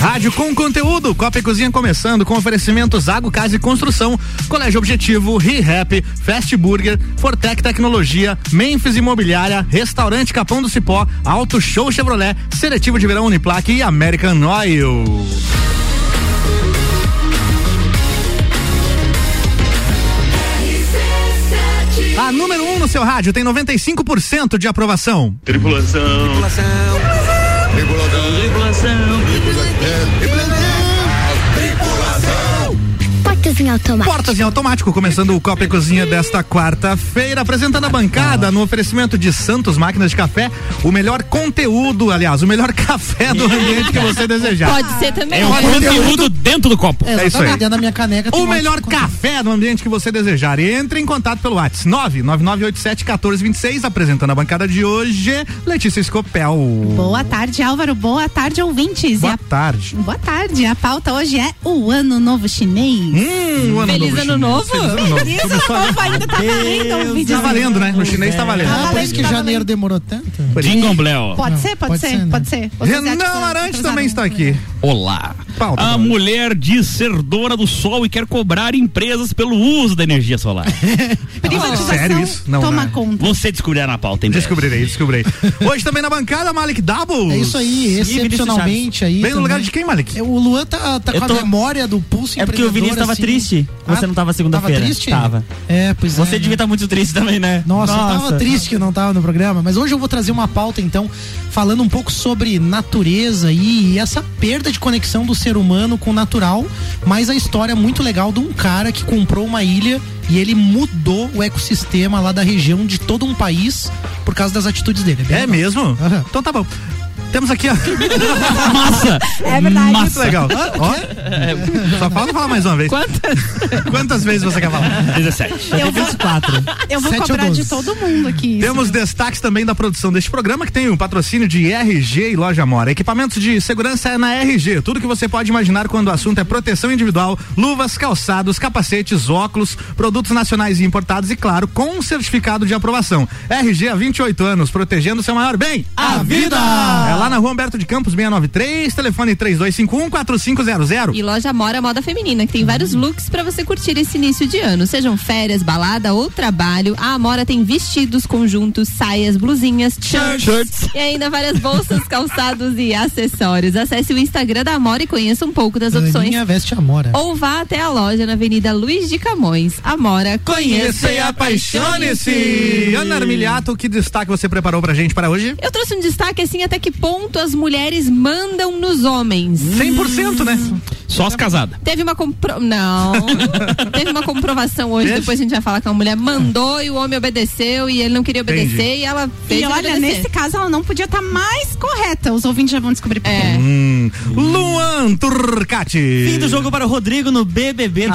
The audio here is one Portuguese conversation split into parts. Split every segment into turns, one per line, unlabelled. rádio com conteúdo. Copa e Cozinha começando com oferecimentos Água, Casa e Construção, Colégio Objetivo, ReHap, Fast Burger, Fortec Tecnologia, Memphis Imobiliária, Restaurante Capão do Cipó, Auto Show Chevrolet, Seletivo de Verão Uniplaque e American Oil. A número 1 um no seu rádio tem 95% de aprovação.
Tripulação. Tripulação. Tripulação.
Tripulação. Portas em automático. Portas em automático, começando o Copa e Cozinha desta quarta-feira, apresentando a bancada no oferecimento de Santos Máquinas de Café, o melhor conteúdo, aliás, o melhor café do ambiente que você desejar.
Pode ser também.
É o conteúdo dentro do copo.
É isso aí.
Dentro da minha caneca. tem
O
um
melhor
monte de
café no ambiente que você desejar. Entre em contato pelo WhatsApp 999871426, apresentando a bancada de hoje, Letícia Escopel.
Boa tarde, Álvaro. Boa tarde, ouvintes. E
Boa
a-
tarde.
Boa tarde. A pauta hoje é o Ano Novo Chinês.
Hum, o ano
Feliz
novo
ano
chinês.
novo?
Feliz ano novo.
Isso,
Começou
Ano Novo
agora.
ainda tá valendo, ouvi
Tá
dizer.
valendo, né? No chinês tá valendo.
Ah, por isso que
Tá
janeiro
valendo.
demorou tanto?
Jingle Bleu.
Pode
Não,
ser, pode,
pode
ser,
ser, né?
pode ser. Os asiáticos
Renan
são
Larante
atrasados,
também
né?
está aqui.
Olá.
Pauta,
a
Pauta.
mulher diz ser dona do sol e quer cobrar empresas pelo uso da energia solar.
Privatização
Sério isso? Não,
toma
né?
conta.
Você descobrirá na pauta, hein?
Descobrirei, descobrirei. Hoje também na bancada, Malik Doubles.
É isso aí,
Vinícius
excepcionalmente aí.
Bem no
também.
lugar de quem, Malik?
É, O Luan tá, tá
Eu
com
tô-
a memória do pulso
É porque o Vinícius
empreendedor,
tava
assim.
triste. Você
Ah,
não tava segunda-feira.
Tava triste?
Tava.
É, pois é.
Você devia tá- estar muito triste também, né?
Nossa, eu tava triste que eu não tava no programa, mas hoje eu vou trazer uma pauta então falando um pouco sobre natureza e essa perda de conexão do ser humano com o natural, mas a história muito legal de um cara que comprou uma ilha e ele mudou o ecossistema lá da região de todo um país por causa das atitudes dele. bem
É
legal.
mesmo?
Aham.
Então tá bom. Temos aqui, ó.
Massa!
É verdade.
Muito
Massa!
legal. Ah, Ó, É, só falta falar mais uma vez.
Quantas?
Quantas vezes você quer falar?
17.
Eu vou, eu vou
Sete ou
cobrar de
doze?
todo mundo aqui. isso.
Temos destaques também da produção deste programa, que tem o patrocínio de RG e Loja Mora. Equipamentos de segurança é na RG. Tudo que você pode imaginar quando o assunto é proteção individual, luvas, calçados, capacetes, óculos, produtos nacionais e importados e, claro, com um certificado de aprovação. RG há 28 anos, protegendo seu maior bem, a vida! É lá na rua Humberto de Campos, 693, telefone 3251-4500.
E loja Mora Moda Feminina, que tem vários looks pra você curtir esse início de ano. Sejam férias, balada ou trabalho, a Amora tem vestidos, conjuntos, saias, blusinhas, shirts, e ainda várias bolsas, calçados e acessórios. Acesse o Instagram da Amora e conheça um pouco das opções.
Aninha veste amora.
Ou vá até a loja na Avenida Luiz de Camões. Amora, conheça e apaixone-se!
Ana Armiliato, que destaque você preparou pra gente para hoje?
Eu trouxe um destaque assim até que ponto as mulheres mandam nos homens.
Hum?
100%, né?
Só as casadas.
Teve uma compro... Não. Teve uma comprovação hoje,
Fez?
depois a gente vai falar que uma mulher mandou e o homem obedeceu e ele não queria obedecer
Entendi.
e ela fez
E
ele
olha,
obedecer.
nesse caso ela não podia estar mais correta. Os ouvintes já vão descobrir por quê.
É.
Hum, Luan Turcati.
Fim do jogo para o Rodrigo no
Ah.
BBB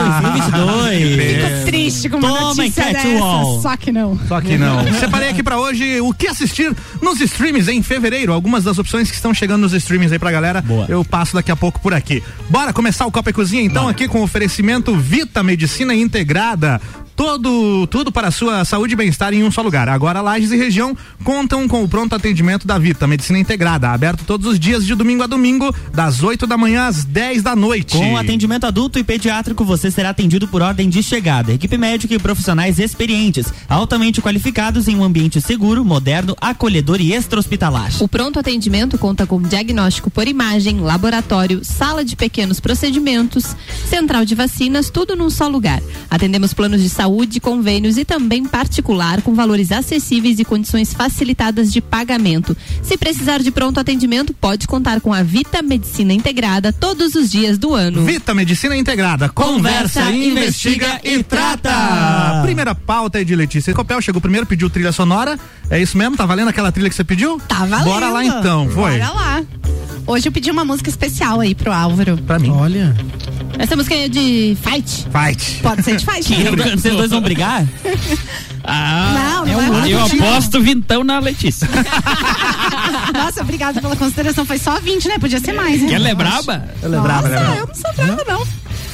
2022.
Fico triste com uma
Toma,
notícia
enquete,
dessa,
UOL.
só que não.
Só que não. Separei aqui pra hoje o que assistir nos streams em fevereiro. Algumas das opções que estão chegando nos streams aí pra galera.
Boa.
Eu passo daqui a pouco por aqui. Bora começar o Copa e Cozinha então aqui com oferecimento Vita Medicina Integrada. Todo, tudo para a sua saúde e bem-estar em um só lugar. Agora, Lages e região contam com o pronto atendimento da Vita Medicina Integrada, aberto todos os dias de domingo a domingo, das 8 da manhã às 10 da noite.
Com atendimento adulto e pediátrico, você será atendido por ordem de chegada. Equipe médica e profissionais experientes, altamente qualificados em um ambiente seguro, moderno, acolhedor e extra-hospitalar.
O pronto atendimento conta com diagnóstico por imagem, laboratório, sala de pequenos procedimentos, central de vacinas, tudo num só lugar. Atendemos planos de saúde, convênios e também particular com valores acessíveis e condições facilitadas de pagamento. Se precisar de pronto atendimento, pode contar com a Vita Medicina Integrada todos os dias do ano.
Vita Medicina Integrada. Conversa,
Conversa,
investiga e trata. Primeira pauta é de Letícia Copel. Chegou primeiro, pediu trilha sonora. É isso mesmo? Tá valendo aquela trilha que você pediu?
Tá valendo.
Bora lá então, foi.
Bora lá. Hoje eu pedi uma música especial aí pro Álvaro.
Pra mim.
Olha.
Essa música é de fight?
Fight.
Pode ser de faixa.
Eu- Vocês dois vão brigar?
Não, não é,
Eu
muito.
aposto vintão na Letícia.
Nossa, obrigado pela consideração. Foi só 20, né? Podia ser mais, né?
Que ela é braba?
Ela é
Nossa,
brava, ela é brava.
eu não sou brava, não.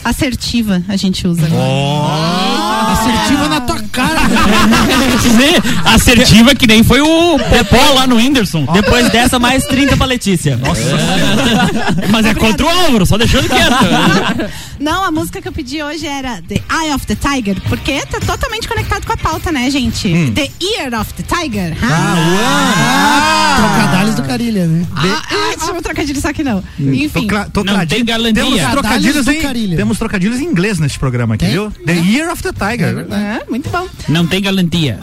Assertiva a gente usa agora.
Assertiva na tua cara.
Quer dizer, assertiva que nem foi o Popó lá no Whindersson.
Depois dessa, mais 30 pra Letícia. Nossa.
Mas é contra o Álvaro, só deixando quieto.
Não, a música que eu pedi hoje era The Eye of the Tiger, porque tá totalmente conectado com a pauta, né, gente?
Hum.
The Ear of the Tiger.
Ah,
Ah.
Trocadalhos do Carilha, né?
Ah, ah, ah, um trocadilho, só que não.
Hum,
Enfim.
Tocla-
Não tem galantia.
Temos trocadilhos,
Trocadalhos do
em,
Carilha.
temos trocadilhos em inglês neste programa aqui,
Tem?
viu? The Year of the Tiger.
É, muito bom.
Não tem galantia.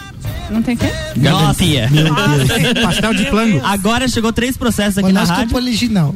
Não tem o quê?
É,
Galantia.
Pastel de plango.
Agora chegou três processos aqui na
Olha
rádio.
o original.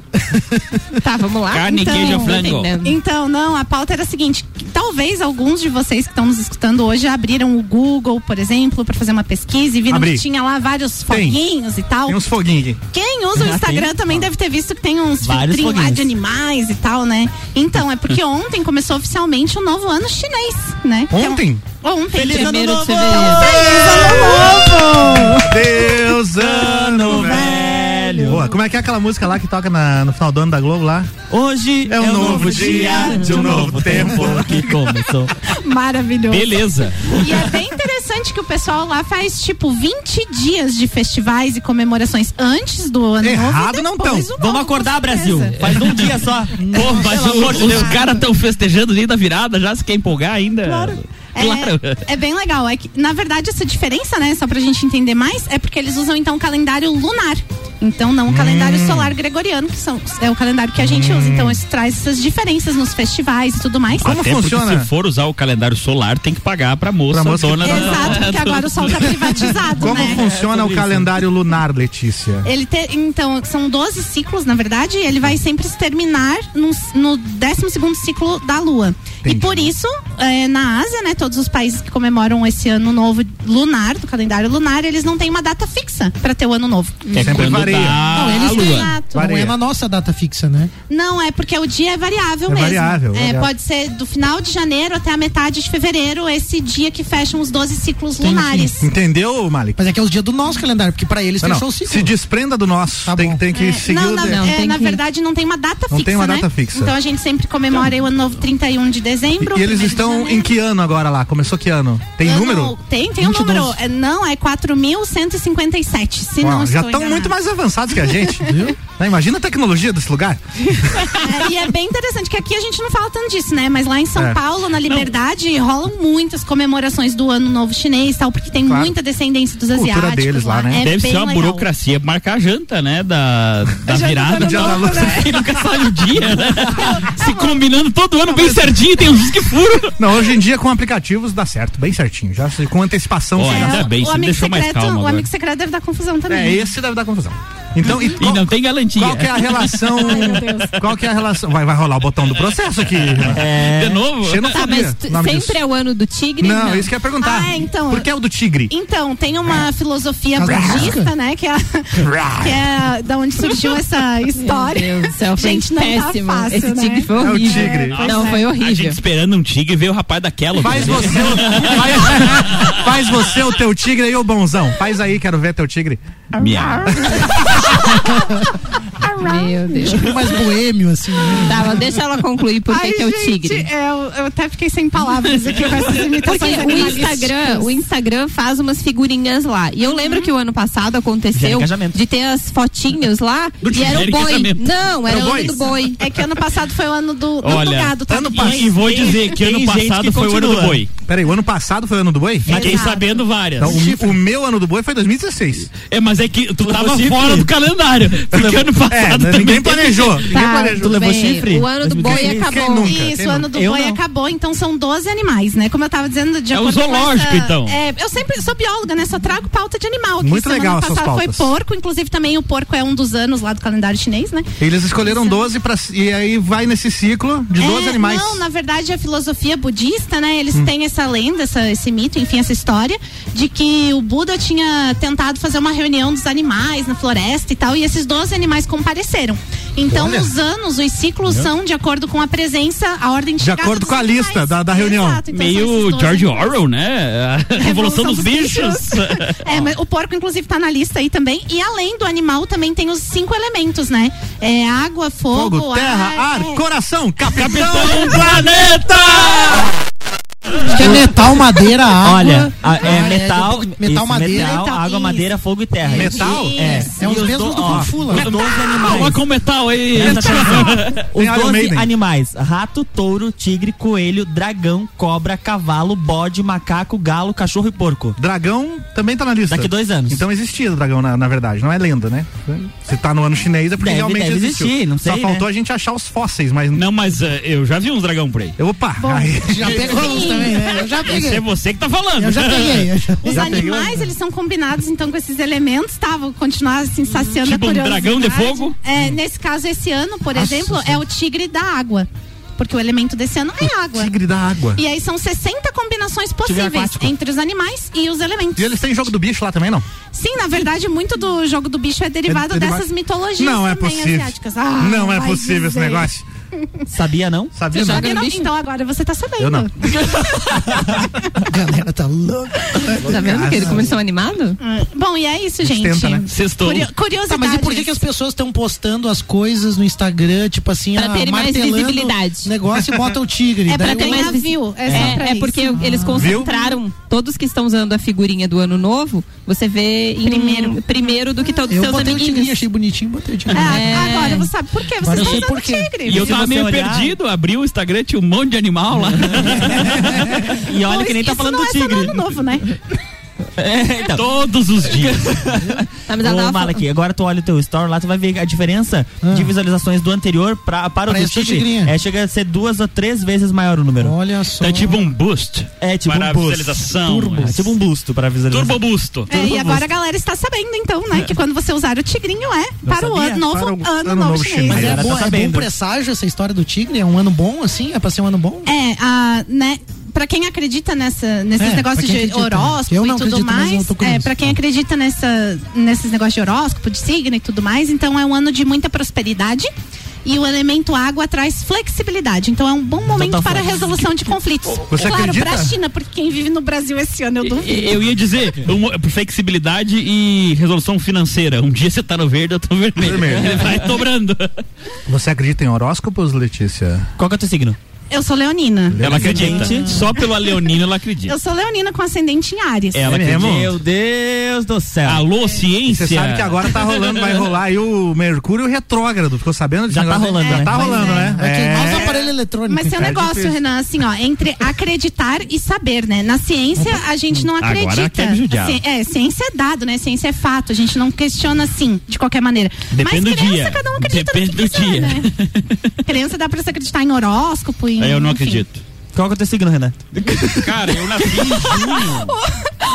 Tá, vamos lá.
Carne, queijo, frango.
entendendo.
Então, não, a pauta era a seguinte: que talvez alguns de vocês que estão nos escutando hoje abriram o Google, por exemplo, para fazer uma pesquisa e viram
Abri.
que tinha lá vários
Tem.
foguinhos e tal.
Tem um uns foguinhos aqui.
Quem usa o Instagram também deve ter visto que tem uns
Vários
filtrinhos lá
foguinhos.
de animais e tal, né? Então, é porque ontem começou oficialmente o novo ano chinês, né? Que é um-
Ontem?
Ontem.
Feliz ano
Primeiro de
novo! É
fevereiro.
Deus ano
velho.
Boa, como é que é aquela música lá que toca na- no final do ano da Globo lá?
Hoje
É um novo dia de um novo tempo.
que começou.
Maravilhoso.
Beleza.
E é bem interessante que o pessoal lá faz, tipo, 20 dias de festivais e comemorações antes do ano
Errado
novo. e
não
depois
tão.
então.
o
Vamos
novo,
acordar,
com
Brasil.
certeza.
é
Faz um dia só.
Pô, mas
Pelo amor de
os,
Deus.
caras estão festejando nem da virada, já se quer empolgar ainda. Claro.
É, é bem legal. É que, na verdade, essa diferença, né? Só pra gente entender mais, é porque eles usam então o calendário lunar. Então, não o calendário
Hum.
solar gregoriano, que são, é o calendário que a gente usa. Então, isso traz essas diferenncias nos festivais e tudo mais.
Como
Até
funciona?
Porque se for usar o calendário solar, tem que pagar pra moça,
Pra moça que-
dona da-
Exato, porque agora o sol tá privatizado,
Como
né?
funciona o calendário lunar, Letícia?
Ele te- então, são 12 ciclos, na verdade, e ele vai sempre se terminar no, no 12 ciclo da Lua.
Entendi.
E por isso, é, na Ásia, né, todos os países que comemoram esse ano novo lunar, do calendário lunar, eles não têm uma data fixa para ter o ano novo.
É
Sempre
quando
varia.
dá
é
Ah,
Não, eles
a lua.
Exato.
Não
Varia.
é na nossa data fixa, né?
Não, é porque o dia é variável
É
mesmo.
variável,
É,
variável.
Pode ser do final de janeiro até a metade de fevereiro, esse dia que fecham os 12 ciclos lunares.
Entendeu, Malik?
Mas é que é os dias do nosso calendário, porque pra eles
Não,
fechou
não.
o
Se
ciclo.
desprenda do nosso.
Tá
tem,
bom.
tem que seguir
não,
o.
na,
de-
é,
tem
na
que-
verdade não tem uma data
Não
fixa,
tem uma
né?
data fixa. Então-
Então a gente sempre comemora o ano novo 31 de dezembro.
E eles
1º de
estão em
janeiro.
que ano agora lá? Começou que ano? Tem
Ano-
número?
Tem, tem um
22.
número. É, não, é 4.157, se
Ó,
não né?
já
estou
estão muito
enganada.
mais avançados que a gente, viu? Né, Imagina a tecnologia desse lugar.
É, e é bem interessante que aqui a gente não fala tanto disso, né? Mas lá em São
É.
Paulo, na Liberdade, rolam muitas comemorações do Ano Novo Chinês e tal, porque tem
Claro.
muita descendência dos
Cultura
asiáticos
deles lá,
lá.
né?
É
Deve
bem
ser uma
legal.
burocracia marcar a janta, né? Da, da virada.
Dia da luz.
Porque nunca sabe o dia, né? Se combinando todo ano bem certinho, tem uns que furam.
Não, hoje em dia com aplicativos dá certo, bem certinho. Já se- com antecipação.
Olha,
sim, dá
né? ainda
certo.
bem,
É, o
você me
amigo
deixou mais
secreto,
calmo
o
agora.
amigo secreto deve dar confusão também.
É, esse deve dar confusão. Então, e
E
qual,
não tem garantia.
qual que é a relação? qual que é a relação? Vai, vai rolar o botão do processo aqui. Renan.
É. De novo?
Você não
Tá,
sabia
mas tu-
o nome
sempre
disso.
é o ano do tigre?
Não, isso que eu ia perguntar.
Ah, então.
Por que é o do tigre?
Então, tem
É.
uma filosofia
Casa
budista,
Branca?
né? Que é, que é da onde surgiu essa
Meu
história.
Deus do céu, foi
Gente, não tá
péssimo.
fácil,
Esse
né?
tigre foi
É o
horrível.
tigre.
Nossa,
Não, foi
A gente
horrível.
esperando um tigre e veio o rapaz da Kellogg.
Faz você, o- faz, faz você o teu tigre aí, ô bonzão. Faz aí, quero ver teu tigre.
Miau.
tá
Meu Deus.
Tipo mais boêmio, assim. Né?
Tá, mas deixa ela concluir por que
Ai,
que é o
gente,
tigre.
é, eu, eu até fiquei sem palavras aqui com essas
Porque
imitações
o Instagram, o Instagram faz umas figurinhas lá. E eu lembro
Uhum.
que o ano passado aconteceu
Gera engajamento.
de ter as fotinhos lá
Do
e era o
gera
boi.
engajamento.
Não, era
Era o
o
boi?
ano do boi.
É que ano passado foi o ano do, não
Olha,
do gado, tá?
ano
E- E vou dizer que
Tem
ano
gente que
passado foi o ano do
continua.
boi.
Peraí, o ano passado foi o ano do boi?
Fiquei
Exato.
sabendo várias.
Então, o, o meu ano do boi foi 2016.
É, mas é que tu tava
chifre?
fora do calendário. Porque ano
É,
passado
né,
também
ninguém planejou. Ninguém
Tá,
planejou.
tudo
levou
bem.
chifre?
O ano do boi
é
2016?
Quem
acabou.
nunca?
Isso, o ano do
Eu
boi
não.
acabou, então são 12 animais, né? Como eu tava dizendo, de
É o
acordo com
zoológico,
essa-
então.
É, eu sempre sou bióloga, né? Só trago pauta de animal. Que
Muito
semana
legal essas
passada
pautas.
foi porco, inclusive também o porco é um dos anos lá do calendário chinês, né?
Eles escolheram 12 pra, e aí vai nesse ciclo de 12
É,
animais. Hum.
Não, na verdade a filosofia budista, né? Eles têm essa lenda, essa- esse mito, enfim, essa história de que o Buda tinha tentado fazer uma reunião dos animais na floresta e tal, e esses 12 animais compareceram. Então,
Olha.
os anos, os ciclos são de acordo com a presença, a ordem de,
De
chegada
acordo
dos
com a
animais.
lista da- da reunião.
Exato, então são esses
Meio
12
George
animais.
Orwell, né? A Revolução dos Bichos.
É, mas o porco, inclusive, tá na lista aí também. E além do animal, também tem os cinco elementos, né? É água, fogo,
Fogo, terra, ar,
é.
Um
coração, capitão.
Capitão Planeta!
Acho que é metal, madeira, água.
Olha, a-
Ah,
é metal,
depois- metal,
isso,
madeira.
metal,
Metal,
água,
isso.
madeira, fogo e terra.
Metal?
É,
É os
E
mesmos
do-
do
ó,
Kung Fu né? lá.
Os 12
Olha
animais.
com metal aí.
Presta atenção.
Tem Iron
Os 12
Maiden.
animais: rato, touro, tigre, coelho, dragão, cobra, cavalo, bode, macaco, galo, cachorro e porco.
Dragão também tá na lista.
Daqui dois anos.
Então existia dragão, na, na verdade, não é lenda, né? Se tá no ano chinês é porque
Deve-
realmente
deve
existiu.
existir, não
Só
sei,
faltou
né?
a gente achar os fósseis, mas.
Não, mas eh, eu já vi uns dragão por aí.
Eu, opa! aí-
Já pegou uns também, né? Eu já
Esse é
peguei.
você que tá falando.
Eu já peguei. eu já-
Os
Já peguei
animais, eles são combinados então com esses elementos, tá? Vou continuar assim, saciando
Tipo
a
um
curiosidade.
dragão de fogo?
É, nesse caso, esse ano, por exemplo, é o tigre da água. Porque o elemento desse ano é água.
Tigre da água.
E aí são 60 combinações possíveis
aquático.
entre os animais e os elementos.
E eles têm jogo do bicho lá também, não?
Sim, na verdade, muito do jogo do bicho é derivado
É derivado-
dessas mitologias
Não é
também
possível.
asiáticas. Ah,
não é
vai
possível esse
dizer.
negócio.
Sabia não?
Sabia
Você
não?
joga-
Não,
Bicho?
então agora você tá sabendo.
Eu não.
A galera tá louca.
Tá vendo que ele começou animado?
Hum, Bom, e é isso, gente.
tenta, né?
Sextou.
Curio- curiosidade.
Tá, mas e por que, que as pessoas estão postando as coisas no Instagram, tipo assim,
Pra
ah,
terem mais
martelando
visibilidade.
o negócio e bota o tigre?
É pra
Daí
ter
o-
mais visi-
navio, é só pra
É, é
isso.
porque eles concentraram todos que estão usando a figurinha do ano novo. Você vê em-
Primeiro.
primeiro do que todos os
Eu
seus
botei um o tigre,
amiguinhos.
achei bonitinho, botei o tigre.
É,
É.
Agora você sabe por quê. Vocês
Agora eu
estão
sei
usando
por quê.
tigre.
E eu
Se
tava
você
Tá meio
olhar-
perdido, abri o Instagram, tinha um monte de animal lá.
E olha que nem tá
Isso
falando
não
do
é só no
tigre.
ano novo, né?
É, então.
Todos os dias.
Tá, mas ela
Ô,
tava fal-
Malek, agora tu olha o teu story lá, tu vai ver a diferença de visualizações do anterior Ah. pra, para o
Pra
do
esse do
tigre.
tigrinho.
É, chega a ser duas a três vezes maior o número.
Olha só.
É tipo um boost.
É tipo
Para
um boost.
visualização.
Turbo. É tipo um busto para visualização.
Turbo busto.
É, e agora a galera está sabendo, então, né? Que quando você usar o tigrinho é para o
sabia,
ano novo,
para o
ano, novo, chinês.
Mas é,
Ela tá
bom, é bom
sabendo.
presságio essa história do tigre? É um ano bom, assim? É pra ser um ano bom?
É, a, né? Pra quem acredita nessa, nesses
É, pra
negócios
quem
de
acredita.
horóscopo
Eu não
e tudo
acredito, mas eu
mais,
tô
é,
curioso.
pra quem acredita nessa, nesses negócios de horóscopo, de signo e tudo mais, então é um ano de muita prosperidade. E o elemento água traz flexibilidade. Então é um bom momento
tá
para a
fora.
resolução de conflitos. É
Você
claro,
acredita?
pra China, porque quem vive no Brasil esse ano, eu duvido.
E- Eu ia dizer, uma- flexibilidade e resolução financeira. Um dia você tá no verde, eu tô no vermelho.
Vermelho.
Ele vai dobrando.
Você acredita em horóscopos, Letícia?
Qual que é o teu signo?
Eu sou leonina.
Ela acredita. Só pela Leonina ela acredita.
Eu sou leonina com ascendente em Áries.
Ela
É mesmo?
acredita.
Meu Deus do céu.
Alô, ciência.
Você sabe que agora tá rolando, vai rolar aí o Mercúrio retrógrado. Ficou sabendo? desse
Já tá
negócio?
rolando,
Já
né?
tá
Mas
rolando,
é,
né?
Vai queimar os aparelhos
Mas
eletrônicos.
tem um
É
negócio,
difícil.
Renan, assim, ó, entre acreditar e saber, né? Na ciência, a gente não
Agora é
acredita.
quer me judiar.
Ci- é, ciência é dado, né? Ciência é fato. A gente não questiona assim, de qualquer maneira.
Depende
Mas
do
criança,
dia.
cada um acredita
Depende
no
do
que quiser,
dia.
né? criança dá pra você acreditar em horóscopo e.
Aí É, eu não
enfim.
acredito.
Qual que é o teu signo, Renan?
Cara, eu nasci em junho.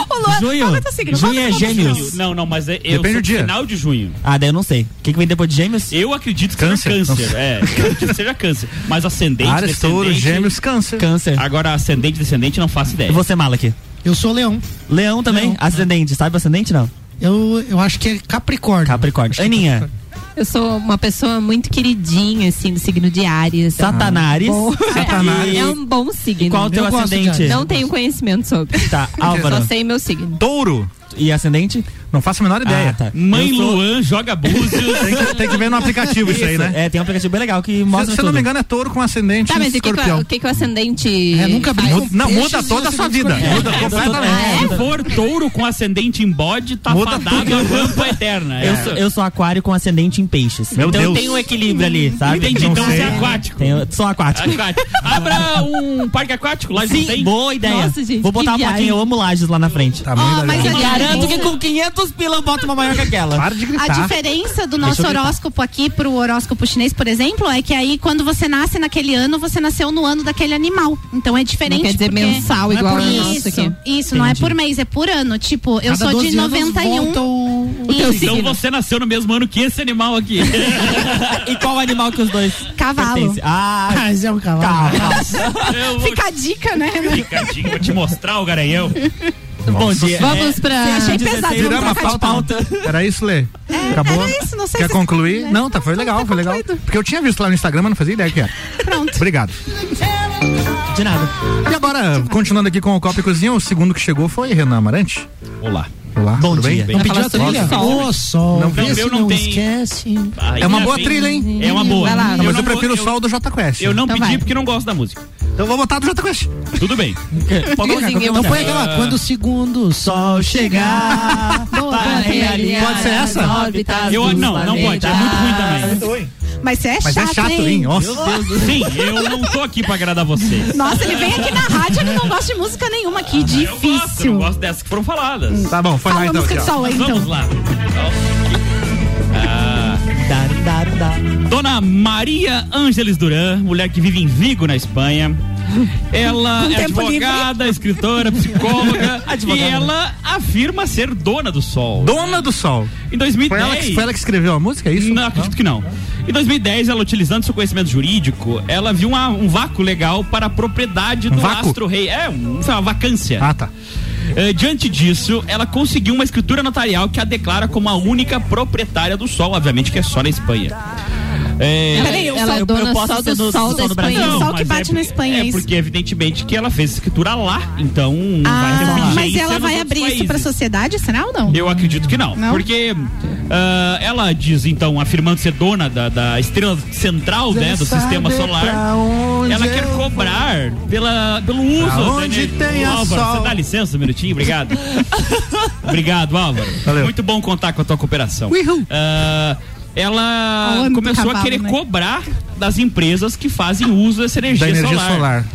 Ô, Luan, qual
junho.
é o teu signo?
Junho
Qual
é
o teu
gêmeos.
Não, não, mas é, eu
Depende
sou
do dia.
final de junho.
Ah, daí eu não sei. O que, que vem depois de gêmeos?
Eu acredito que
Câncer?
seja câncer. É, eu acredito que seja câncer. Mas ascendente,
Ares, touro,
descendente-
gêmeos, câncer.
Câncer.
Agora, ascendente, descendente, não faço ideia.
E você, Malek?
é-
Eu sou leão.
Leão também?
Leão.
Ascendente. Sabe o ascendente, não?
Eu, eu acho que é Capricórnio.
Capricórnio. Aninha.
Eu sou uma pessoa muito queridinha, assim, do signo de Áries.
Satanares.
Bom.
Satanás.
É um bom signo.
E qual o teu
Eu gosto de
ascendente?
Ares.
Não tenho conhecimento sobre.
Tá,
Só
Álvaro.
sei meu signo.
Touro.
E ascendente?
Não faço a menor ideia.
Ah, tá.
Mãe
Eu sou-
Luan joga búzios.
Tem, que, tem que ver no aplicativo isso aí, né?
É, tem um aplicativo bem legal que
Se,
mostra
se eu não
tudo.
me engano, é touro com ascendente
Tá, mas e que que o
escorpião.
o que, que o ascendente.
É, nunca
faz?
brinco com
Não,
peixes
muda
e
toda a sua vida.
É,
ascendente
Muda completamente.
Se for touro com ascendente em bode, tá
Muda
fadado a rampa eterna.
Eu
É.
sou, eu sou aquário com ascendente em peixes.
Meu
então
Deus.
tem um equilíbrio ali, sabe?
Entendi,
Não
então você
sei.
é aquático. É
Tem, sou aquático.
Aquático. Abra um parque aquático, lá não
Sim,
tem.
boa ideia.
Nossa, gente,
Vou botar uma
que
plaquinha,
viagem.
eu amo lajes lá na frente.
Tamanho
Ó,
Tá da
mas
vida.
a-
Garanto que com 500 pila eu boto uma maior que aquela.
Para de
A
gritar.
diferença do nosso
eu gritar.
horóscopo aqui pro horóscopo chinês, por exemplo, é que aí quando você nasce naquele ano, você nasceu no ano daquele animal. Então é
Não
diferente.
quer dizer
porque-
mensal né?
é
igual
por
ao
isso.
nosso aqui.
Isso, não é por mês, é por ano. Tipo, eu
Cada
sou de
12 anos
91.
volta o-
e
teu
Então
signo.
você nasceu no mesmo ano que esse animal aqui.
E qual animal que os dois
Cavalo.
pertencem? Ah,
Mas é um cavalo.
cavalo.
Eu vou,
Fica a dica, né?
Ricardinho, vou te mostrar o garanhão.
Bom dia. É,
Vamos pra.
Achei
dezesseis,
pesado. vamos
Viramos a
trocar de
pauta. Era isso, Lê? Acabou?
era É isso, não sei
Quer
se-
concluir?
né?
Não, tá, foi legal, foi legal. Porque eu tinha visto lá no Instagram, mas não fazia ideia que era.
Pronto.
Obrigado.
De nada.
E agora, continuando aqui com o Copa e Cozinha, o segundo que chegou foi Renan Amarante.
Olá.
Olá,
Bom
tudo
dia.
bem?
Vai
Não pediu
falar
a
sobre
trilha?
o sol.
Ô, sol.
Não,
Vê
meu
se
não
não
tem.
esquece.
Aí
É uma
já
boa
vem-
trilha, hein?
É uma boa.
Vai lá.
Não, mas eu
não vou-
prefiro o
eu-
sol do Jota Quest.
Eu não
Então
pedi
vai.
porque não gosto da música.
Então vou botar do Jota Quest. então,
Tudo bem.
Pode colocar,
Cozinha,
qualquer
Não
lugar.
foi aquela, quando o segundo sol chegar.
Boa,
Vai
tem
alinhar
Pode ser
as
essa?
órbitas
Eu- ah,
dos
não, não pode, é muito ruim também.
planetas.
Mas é
Mas
chato,
é chato,
hein?
hein? Nossa.
Sim, eu não tô aqui pra agradar vocês.
Nossa, ele vem aqui na rádio e não gosta de música nenhuma. Que
Eu gosto, eu
difícil.
gosto dessas que foram faladas.
Tá bom, foi
Fala
lá
uma
então.
música de
aqui, ó.
sol aí, então. Ah.
Vamos lá.
Dar, dar, dar.
Dona Maria Ângeles Duran, mulher que vive em Vigo, na Espanha. Ela
Com
é
Um tempo
advogada, escritora, psicóloga e
Advogada.
ela afirma ser dona do sol.
Dona do Sol.
Em 2010,
Foi ela, que, foi ela que escreveu a música, é isso?
Não, acredito que não. Em 2010, ela utilizando seu conhecimento jurídico, ela viu uma- um vácuo legal para a propriedade do
vácuo?
astro rei. É, um- sei lá, uma vacância.
Ah, tá.
Eh, diante disso, ela conseguiu uma escritura notarial que a declara como a única proprietária do sol, obviamente que é só na Espanha. Eh,
Peraí, eu
Ela é
só...
dona
posso
só
ser
do
do
sol
sol
da
do Brasil?
Espanha.
Não. só o que
mas
bate
é,
na Espanha,
É
é isso.
porque, evidentemente, que ela fez escritura lá, então não vai ter
Ah, mas
vigência
ela
nos
vai
outros
abrir isso
países.
pra sociedade, será ou não?
Eu acredito que não.
Não?
Porque ah, ela diz, então, afirmando ser dona da, da estrela central né, do sistema solar,
é,
ela quer cobrar pela, pelo uso.
Pra
né,
onde
de-
tem a
Álvaro,
sol.
você dá licença um minutinho? Obrigado. Obrigado, Álvaro.
Valeu.
Muito bom contar com a tua cooperação.
Uhul. Tá
Ah,
Ah, o
ela
ano do
começou a
cavalo,
querer
né?
cobrar das empresas que fazem uso dessa energia,
Da energia solar.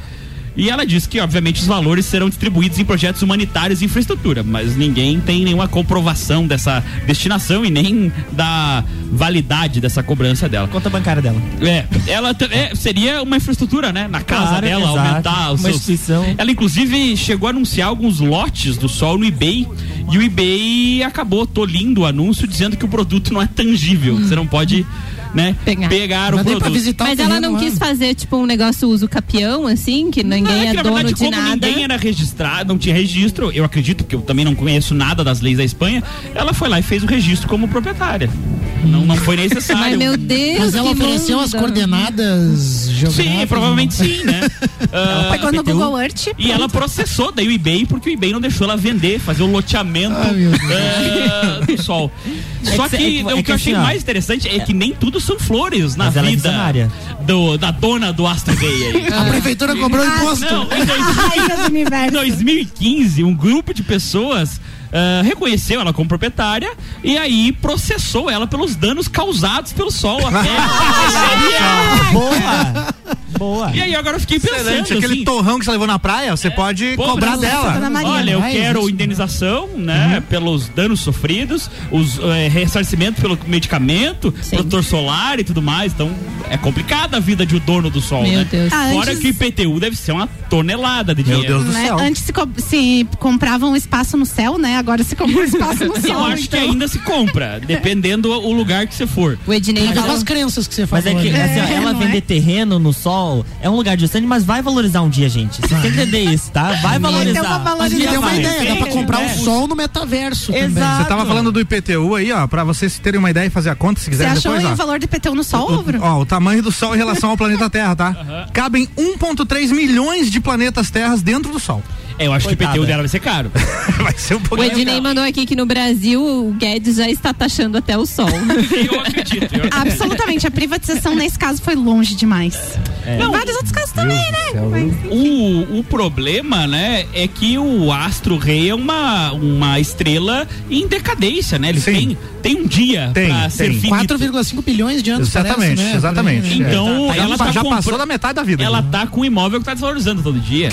e ela diz que, obviamente, os valores serão distribuídos em projetos humanitários e infraestrutura, mas ninguém tem nenhuma comprovação dessa destinação e nem da validade dessa cobrança dela.
Conta bancária dela.
É, ela t- é, seria uma infraestrutura, né? Na casa
Claro,
dela,
exato.
aumentar os
Uma
seus...
instituição.
Ela, inclusive, chegou a anunciar alguns lotes do sol no eBay e o eBay acabou tolindo o anúncio dizendo que o produto não é tangível. Você não pode, né,
Pegar.
o
Não dá nem pra
produto.
visitar o
Mas ela
terreno
não
lá.
quis fazer, tipo, um negócio uso capião, assim, que ninguém
Não,
é,
Ah, que, na
dono
verdade,
de
como
nada.
ninguém é era registrado, não tinha registro, eu acredito que eu também não conheço nada das leis da Espanha, ela foi lá e fez o registro como proprietária. Não, não foi
Ai,
necessário.
meu Deus,
Mas ela
que
ofereceu as
mundo.
coordenadas geográficas.
é
Sim, provavelmente sim, né? Ah,
Pegou no Google Earth.
E ela processou daí o eBay, porque o eBay não deixou ela vender, fazer o loteamento
Ai, meu Deus.
ah, do sol. Só
que-
que,
é que- é
o que
que
eu achei
assim, ó,
mais interessante é que nem tudo são flores na
Mas ela é
vida
visionária.
do, da dona do Astro Gay aí.
A prefeitura cobrou
Ah,
imposto.
Não, em dois-
Raiva do
Em
universo.
2015, um grupo de pessoas ah, reconheceu ela como proprietária e aí processou ela pelos danos causados pelo sol. Até.
Boa! Boa!
e aí agora eu fiquei pensando
Excelente, aquele
assim,
torrão que você levou na praia,
É.
você pode
pô,
cobrar
mas-
dela.
Maria,
Olha, eu
não é
quero
isso,
indenização, né, pelos danos sofridos, os eh, ressarcimento pelo medicamento, protetor solar e tudo mais. Então, é complicada a vida de um dono do sol,
Meu
né?
Deus.
Ah,
Fora
antes-
que o IPTU deve ser uma tonelada de
Meu
dinheiro.
Deus do
Né?
céu.
Antes se, co- se compravam espaço no céu, né? Agora se compra espaço no céu.
Eu acho
então.
que ainda se compra, dependendo o lugar que você for.
O Ednei
Mas é, com
falou
as crenças que você faz.
Mas é que assim, ó, ela
não é?
vender terreno no sol é um lugar distante, mas vai valorizar um dia, gente. Vocês têm que entender isso, tá? Vai valorizar.
uma
a gente
valorização.
tem uma
Vai,
ideia, dá pra
é,
comprar
é.
um sol no metaverso
Exato.
Você tava falando do IPTU aí, ó, pra vocês terem uma ideia e fazer a conta, se
Você
quiser
achou
depois,
aí o
ó.
valor do PTU no sol, Álvaro?
Ó, o tamanho do Sol em relação ao planeta Terra, tá? Cabem 1,3 milhões de planetas Terras dentro do Sol.
É, eu acho
Coitada.
que o IPTU dela vai ser caro.
Vai ser um pouco
O Ednei mandou aqui que no Brasil o Guedes já está taxando até o sol.
eu acredito. eu
é.
acredito.
Absolutamente. A privatização nesse caso foi longe demais. Não, vários outros casos também, né? Mas-
O, o problema, né, é que o Astro Rei é uma, uma estrela em decadência, né? Ele
Sim.
tem, tem um dia
Tem,
pra
tem.
ser finito.
4,5 bilhões de anos
Exatamente,
parece, né?
exatamente.
Por aí, né?
Então,
Aí
ela
já
tá
já
compra-
passou da metade da vida. né?
Ela tá com um imóvel que tá desvalorizando todo dia.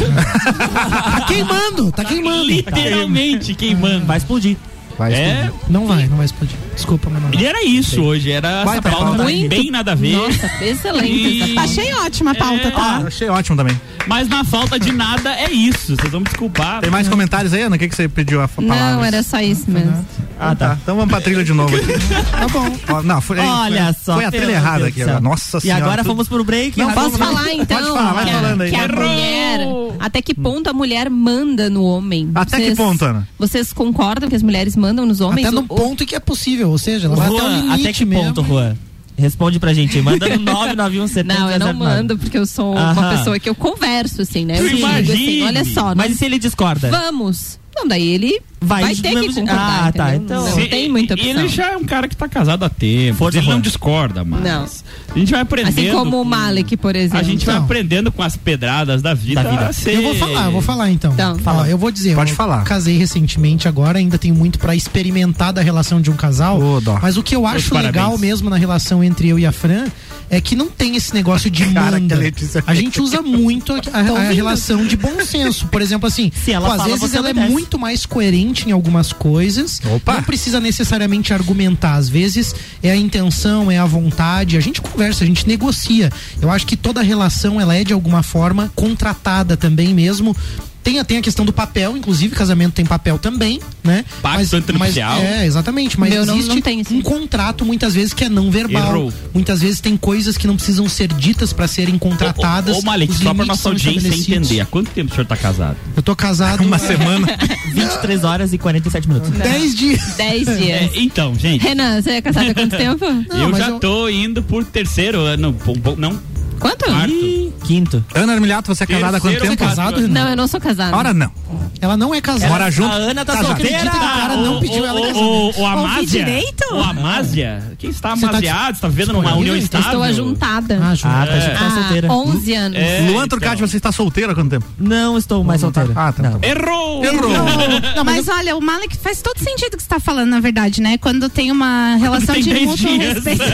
Tá queimando, tá queimando.
Literalmente queimando.
Vai explodir.
Vai
É,
Não vai, não vai explodir. Desculpa, mas não vai.
e era isso hoje. Era
Vai,
essa
tá,
pauta né?
tá.
bem nada a ver.
Nossa, excelente. essa
E-
taxa.
Achei ótima a
É.
pauta,
Ah,
tá?
eu achei ótimo também.
Mas na falta de nada é isso. Vocês vão me desculpar.
Tem mais comentários aí, Ana? O que, que você pediu a fa- palavra?
Não, era só isso mesmo.
Ah, tá. Então vamos pra trilha de novo aqui. tá bom. não, foi,
Olha
foi-
só.
Foi a
pelo
trilha
Deus
errada
do
aqui
céu.
agora. Nossa
E
senhora.
agora
tudo-
vamos pro break.
Não,
Posso
vamos lá.
falar então?
Pode falar, vai
que,
falando aí.
que a
Errou!
mulher, até que ponto a mulher manda no homem?
Até que ponto, Ana?
Vocês concordam que as mulheres mandam nos homens?
Até
O-
num
o-
ponto em que é possível, ou seja, ela vai até o
Juan,
limite
até que
mesmo.
ponto, Juan? Responde pra gente. aí. Manda no 99170.
Não, eu não mando, porque eu sou uma
Aham.
pessoa que eu converso, assim, né?
Tu
Eu digo assim,
imagine.
olha só,
Mas
nós
e se ele discorda?
vamos. Então, daí ele
vai,
Vai
do
ter que
mesmo jeito.
concordar,
Ah, tá.
entendeu?
Então.
Não tem muita opção.
Ele já é um cara que tá casado há tempo.
Força,
ele não
Juan.
discorda mais.
Não.
A gente vai aprendendo.
Assim como o
com-
Malek, por exemplo.
A gente vai
Então.
aprendendo com as pedradas da vida.
Da vida.
a ser-
Eu vou falar, eu vou falar então.
Então.
Ó, eu vou dizer.
Ah, Pode
eu
falar.
Casei recentemente agora, ainda tenho muito pra experimentar da relação de um casal.
Ô, dó.
mas o que eu acho
parabéns.
legal mesmo na relação entre eu e a Fran é que não tem esse negócio de
Cara, que
manda.
a Letícia Tá
A gente usa muito a, a- a
ouvindo?
relação de bom senso. Por exemplo, assim,
Se ela
pô, às
fala,
vezes
você
ela é
obedece.
muito mais coerente em algumas coisas.
Opa.
Não precisa necessariamente argumentar. Às vezes é a intenção, é a vontade. A gente conversa, a gente negocia. Eu acho que toda relação ela é de alguma forma contratada também mesmo. Tem, a- tem a questão do papel, inclusive, casamento tem papel também, né?
Pacto antinupcial.
Mas, é, exatamente. Mas
Meu, não-
existe
não tem isso.
um contrato, muitas vezes, que é não verbal.
Errou.
Muitas vezes tem coisas que não precisam ser ditas pra serem contratadas.
Ô, ô, ô Malek,
os
só pra
limites
nossa
são
audiência
estabelecidos.
entender. Há quanto tempo o senhor tá casado?
Eu tô casado
Uma
há
semana.
23 horas e 47 minutos.
10 dias.
10 dias.
É, então, gente.
Renan, você é casado há quanto tempo?
Não,
eu
mas
já
eu-
tô indo por terceiro ano. pô, pô, Não,
Quanto?
Quarto.
Ih, Quinto.
Ana Armiliato, você é casada há quanto
Terceiro
tempo?
casado.
Casado, Renan?
Não, eu não sou casada.
Ora não.
Ela não é casada.
Mora junto.
A Ana tá
Casado.
solteira.
Acredita que o cara não pediu ela em
o,
casamento.
o, o, o Amásia.
direito?
O Amásia. Quem está
Você tá
amasiado? Está vivendo numa
disponível?
união
Eu
Eu
estável?
estou ajuntada.
Ah, junto.
Ah, tá, achei que tá solteira.
Há 11 anos.
É,
Luan
então.
Turcati, você está solteira há quanto tempo?
Não estou mais solteira.
Ah, tá.
Não.
É
tá.
Errou!
mas olha, o Malek faz todo sentido o que você tá falando, na verdade, né? Quando tem uma relação
tem
de
dez
mútuo
dias.
respeito.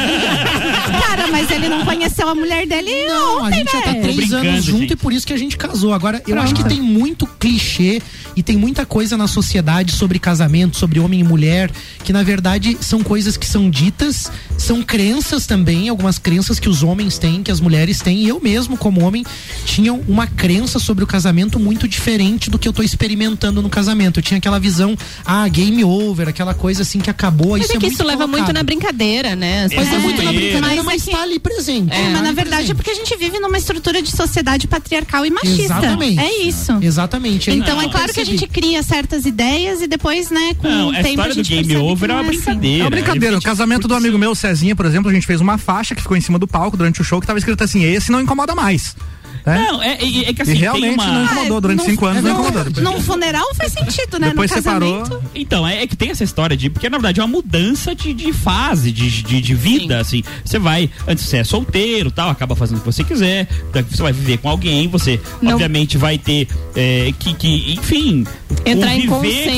Cara, mas ele não conheceu a mulher dele
Não, a
ontem,
gente já tá
né?
três
brincando,
anos junto
gente.
e por isso que a gente casou. Agora, eu acho que tem muito clichê e tem muita coisa na sociedade sobre casamento, sobre homem e mulher, que na verdade são coisas que são ditas, são crenças também, algumas crenças que os homens têm, que as mulheres têm. E eu mesmo, como homem, tinha uma crença sobre o casamento muito diferente do que eu tô experimentando no casamento. Eu tinha aquela visão, ah, game over, aquela coisa assim que acabou.
Mas é que
muito
isso leva muito
colocado.
na brincadeira, né? As
Pois
Mas é,
pessoas-
muito na
É,
brincadeira,
mas
mas
é que-
tá ali presente.
É, mas
Tá
na
ali
verdade é
presente.
porque a gente vive numa estrutura de sociedade patriarcal e machista.
Exatamente.
É isso.
Exatamente.
Então
Aí
é
eu
claro que a
percebi.
gente cria certas ideias e depois, né, com
Não,
o
a
tempo a
história do
gente
game
percebe que
over é uma
não assim.
brincadeira.
É uma brincadeira. O casamento do amigo meu, Cezinha, por exemplo, a gente fez uma faixa que ficou em cima do palco durante o show que tava escrito assim: esse não incomoda mais. né?
Não, é, é, é que assim,
e
tem
realmente
uma...
não incomodou. Durante
Ah,
cinco anos não
num-
incomodou. Depois,
Num funeral faz sentido, né?
depois
no
separou.
casamento.
Então, é, é que tem essa história de. Porque na verdade é uma mudança de, de fase, de, de, de vida, assim. Você vai. Antes você é solteiro tal, acaba fazendo o que você quiser. Daqui você vai viver com alguém, você
Não.
obviamente vai ter é, que, que, enfim,
Entrar em
conviver com,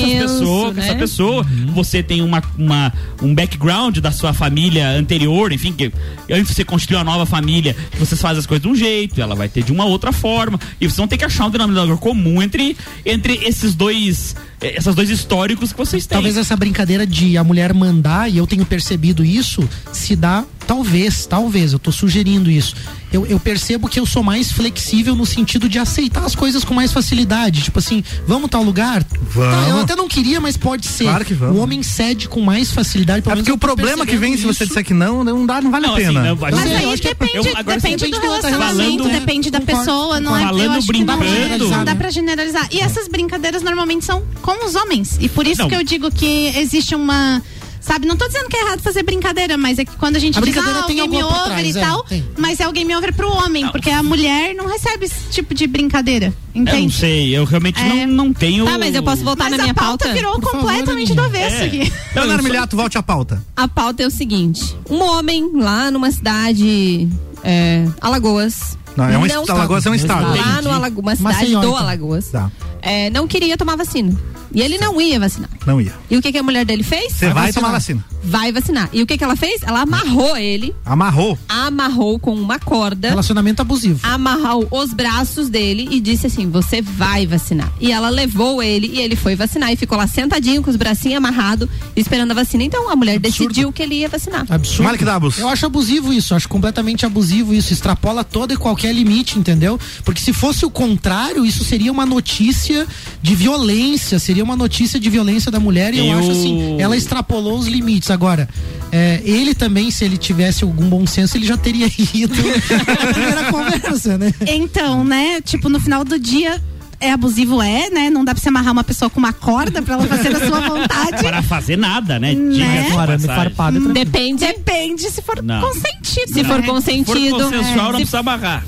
essas pessoas,
consenso,
com essa
né?
pessoa. Você tem uma, uma, um background da sua família anterior, enfim, que antes de você construir uma nova família, vocês fazem as coisas de um jeito, ela vai ter de uma outra forma. E vocês vão ter que achar um denominador comum entre, entre esses dois. eh, Essas dois históricos que vocês têm.
Talvez essa brincadeira de a mulher mandar, e eu tenho percebido isso, se dá. Talvez, talvez, eu tô sugerindo isso. Eu, eu percebo que eu sou mais flexível no sentido de aceitar as coisas com mais facilidade. Tipo assim, vamos tal lugar?
Vamos.
Tá, eu até não queria, mas pode ser.
Claro que vamos.
O homem cede com mais facilidade. pelo
É
menos
porque
eu
o
tô
problema que vem, se
percebendo
você
isso.
disser que não, não dá, não vale a
Não, assim,
pena.
não, vai-
Mas
Mas
aí
aí
acho que é-
depende,
eu- agora
depende
depende
do
do
relacionamento,
relacionamento, né?
depende da
Concordo,
pessoa, não é?
concordo.
Eu acho que não,
Falando
generalizar,
brincando.
dá pra generalizar. E essas brincadeiras normalmente são com os homens. E por isso
Não.
que eu digo que existe uma. Sabe, não tô dizendo que é errado fazer brincadeira, mas é que quando a gente
A
diz
brincadeira
ah, o
tem
game
alguma por
over
trás,
e
é,
tal,
tem.
mas é o game over pro homem, porque a mulher não recebe esse tipo de brincadeira.
Eu não
Entende?
sei, eu realmente
É.
não, não tenho.
Tá, mas eu posso voltar
Mas
na
a
minha
pauta,
pauta?
virou
Por favor,
completamente do
Aninha.
avesso
É.
aqui.
Não,
Leonardo
eu só-
Miliato, volte à pauta.
A pauta é o seguinte: um homem lá numa cidade. É, Alagoas.
Não, é um est-
estado.
Alagoas é um estado.
Lá
Entendi.
no Alagoas, uma cidade
Maceió,
do
então.
Alagoas.
Tá.
É, não queria tomar vacina. E ele não ia vacinar.
Não ia.
E o que, que a mulher dele fez?
Você vai
vacinar.
tomar vacina.
Vai vacinar. E o que, que ela fez? Ela amarrou ele,
Amarrou.
amarrou com uma corda.
Relacionamento abusivo.
amarrou os braços dele e disse assim: Você vai vacinar. E ela levou ele e ele foi vacinar e ficou lá sentadinho com os bracinhos amarrados, esperando a vacina. Então a mulher
Absurdo.
decidiu que ele ia
Ah,
vacinar.
tá,
Absurdo.
Malik Dabos.
Eu acho abusivo isso, acho completamente abusivo isso. Extrapola todo e qualquer limite, entendeu? Porque se fosse o contrário, isso seria uma notícia de violência, seria uma notícia de violência da mulher. E eu,
Eu-
acho assim, ela extrapolou os limites. Agora, é, ele também, se ele tivesse algum bom senso, ele já teria ido na primeira conversa, né?
Então, né? Tipo, no final do dia. É abusivo, é, né? Não dá pra você amarrar uma pessoa com uma corda pra ela fazer da sua vontade.
Para fazer nada, né? Diga-se de
Um arame
passagem.
tá,
farpado. e tranquilo.
Depende.
Depende se for
Não.
consentido.
Se
né?
for
Se for
consentido.
é.
É.
consensual, não
Se-
precisa amarrar.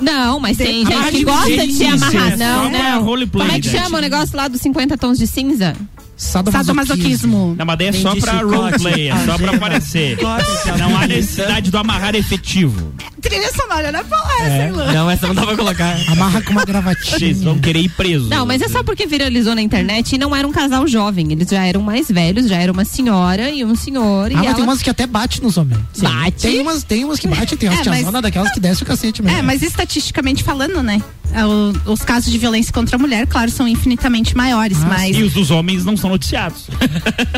Não, mas tem
Depende.
gente que gosta de te
Isso,
amarrar.
é só
Não,
uma
não.
roleplay,
Como é que
gente.
chama o negócio lá dos 50 tons de cinza?
Sadomasoquismo.
Não, mas daí é só
Entendi,
pra
esse
roleplay, é
corte.
só pra
Agenda.
aparecer.
Corte, tá
Não há
sabe?
necessidade do amarrar efetivo.
Trilha sonora né? na palestra,
É.
hein, Lu?
É. Não, essa não dá pra colocar.
Amarra com uma
Vocês
gravatinha.
vão querer ir preso.
Não, mas é só porque viralizou na internet e não era um casal jovem. Eles já eram mais velhos, já era uma senhora e um senhor. e
Ah, mas
ela...
tem umas que até bate nos homens.
Bate?
Tem umas, tem umas que bate, tem umas
É, mas-
tiazonas daquelas que desce o cacete mesmo.
É, mas estatisticamente falando, né? é, o- Os casos de violência contra a mulher, claro, são infinitamente maiores,
Ah,
mas.
E os dos homens não são noticiados.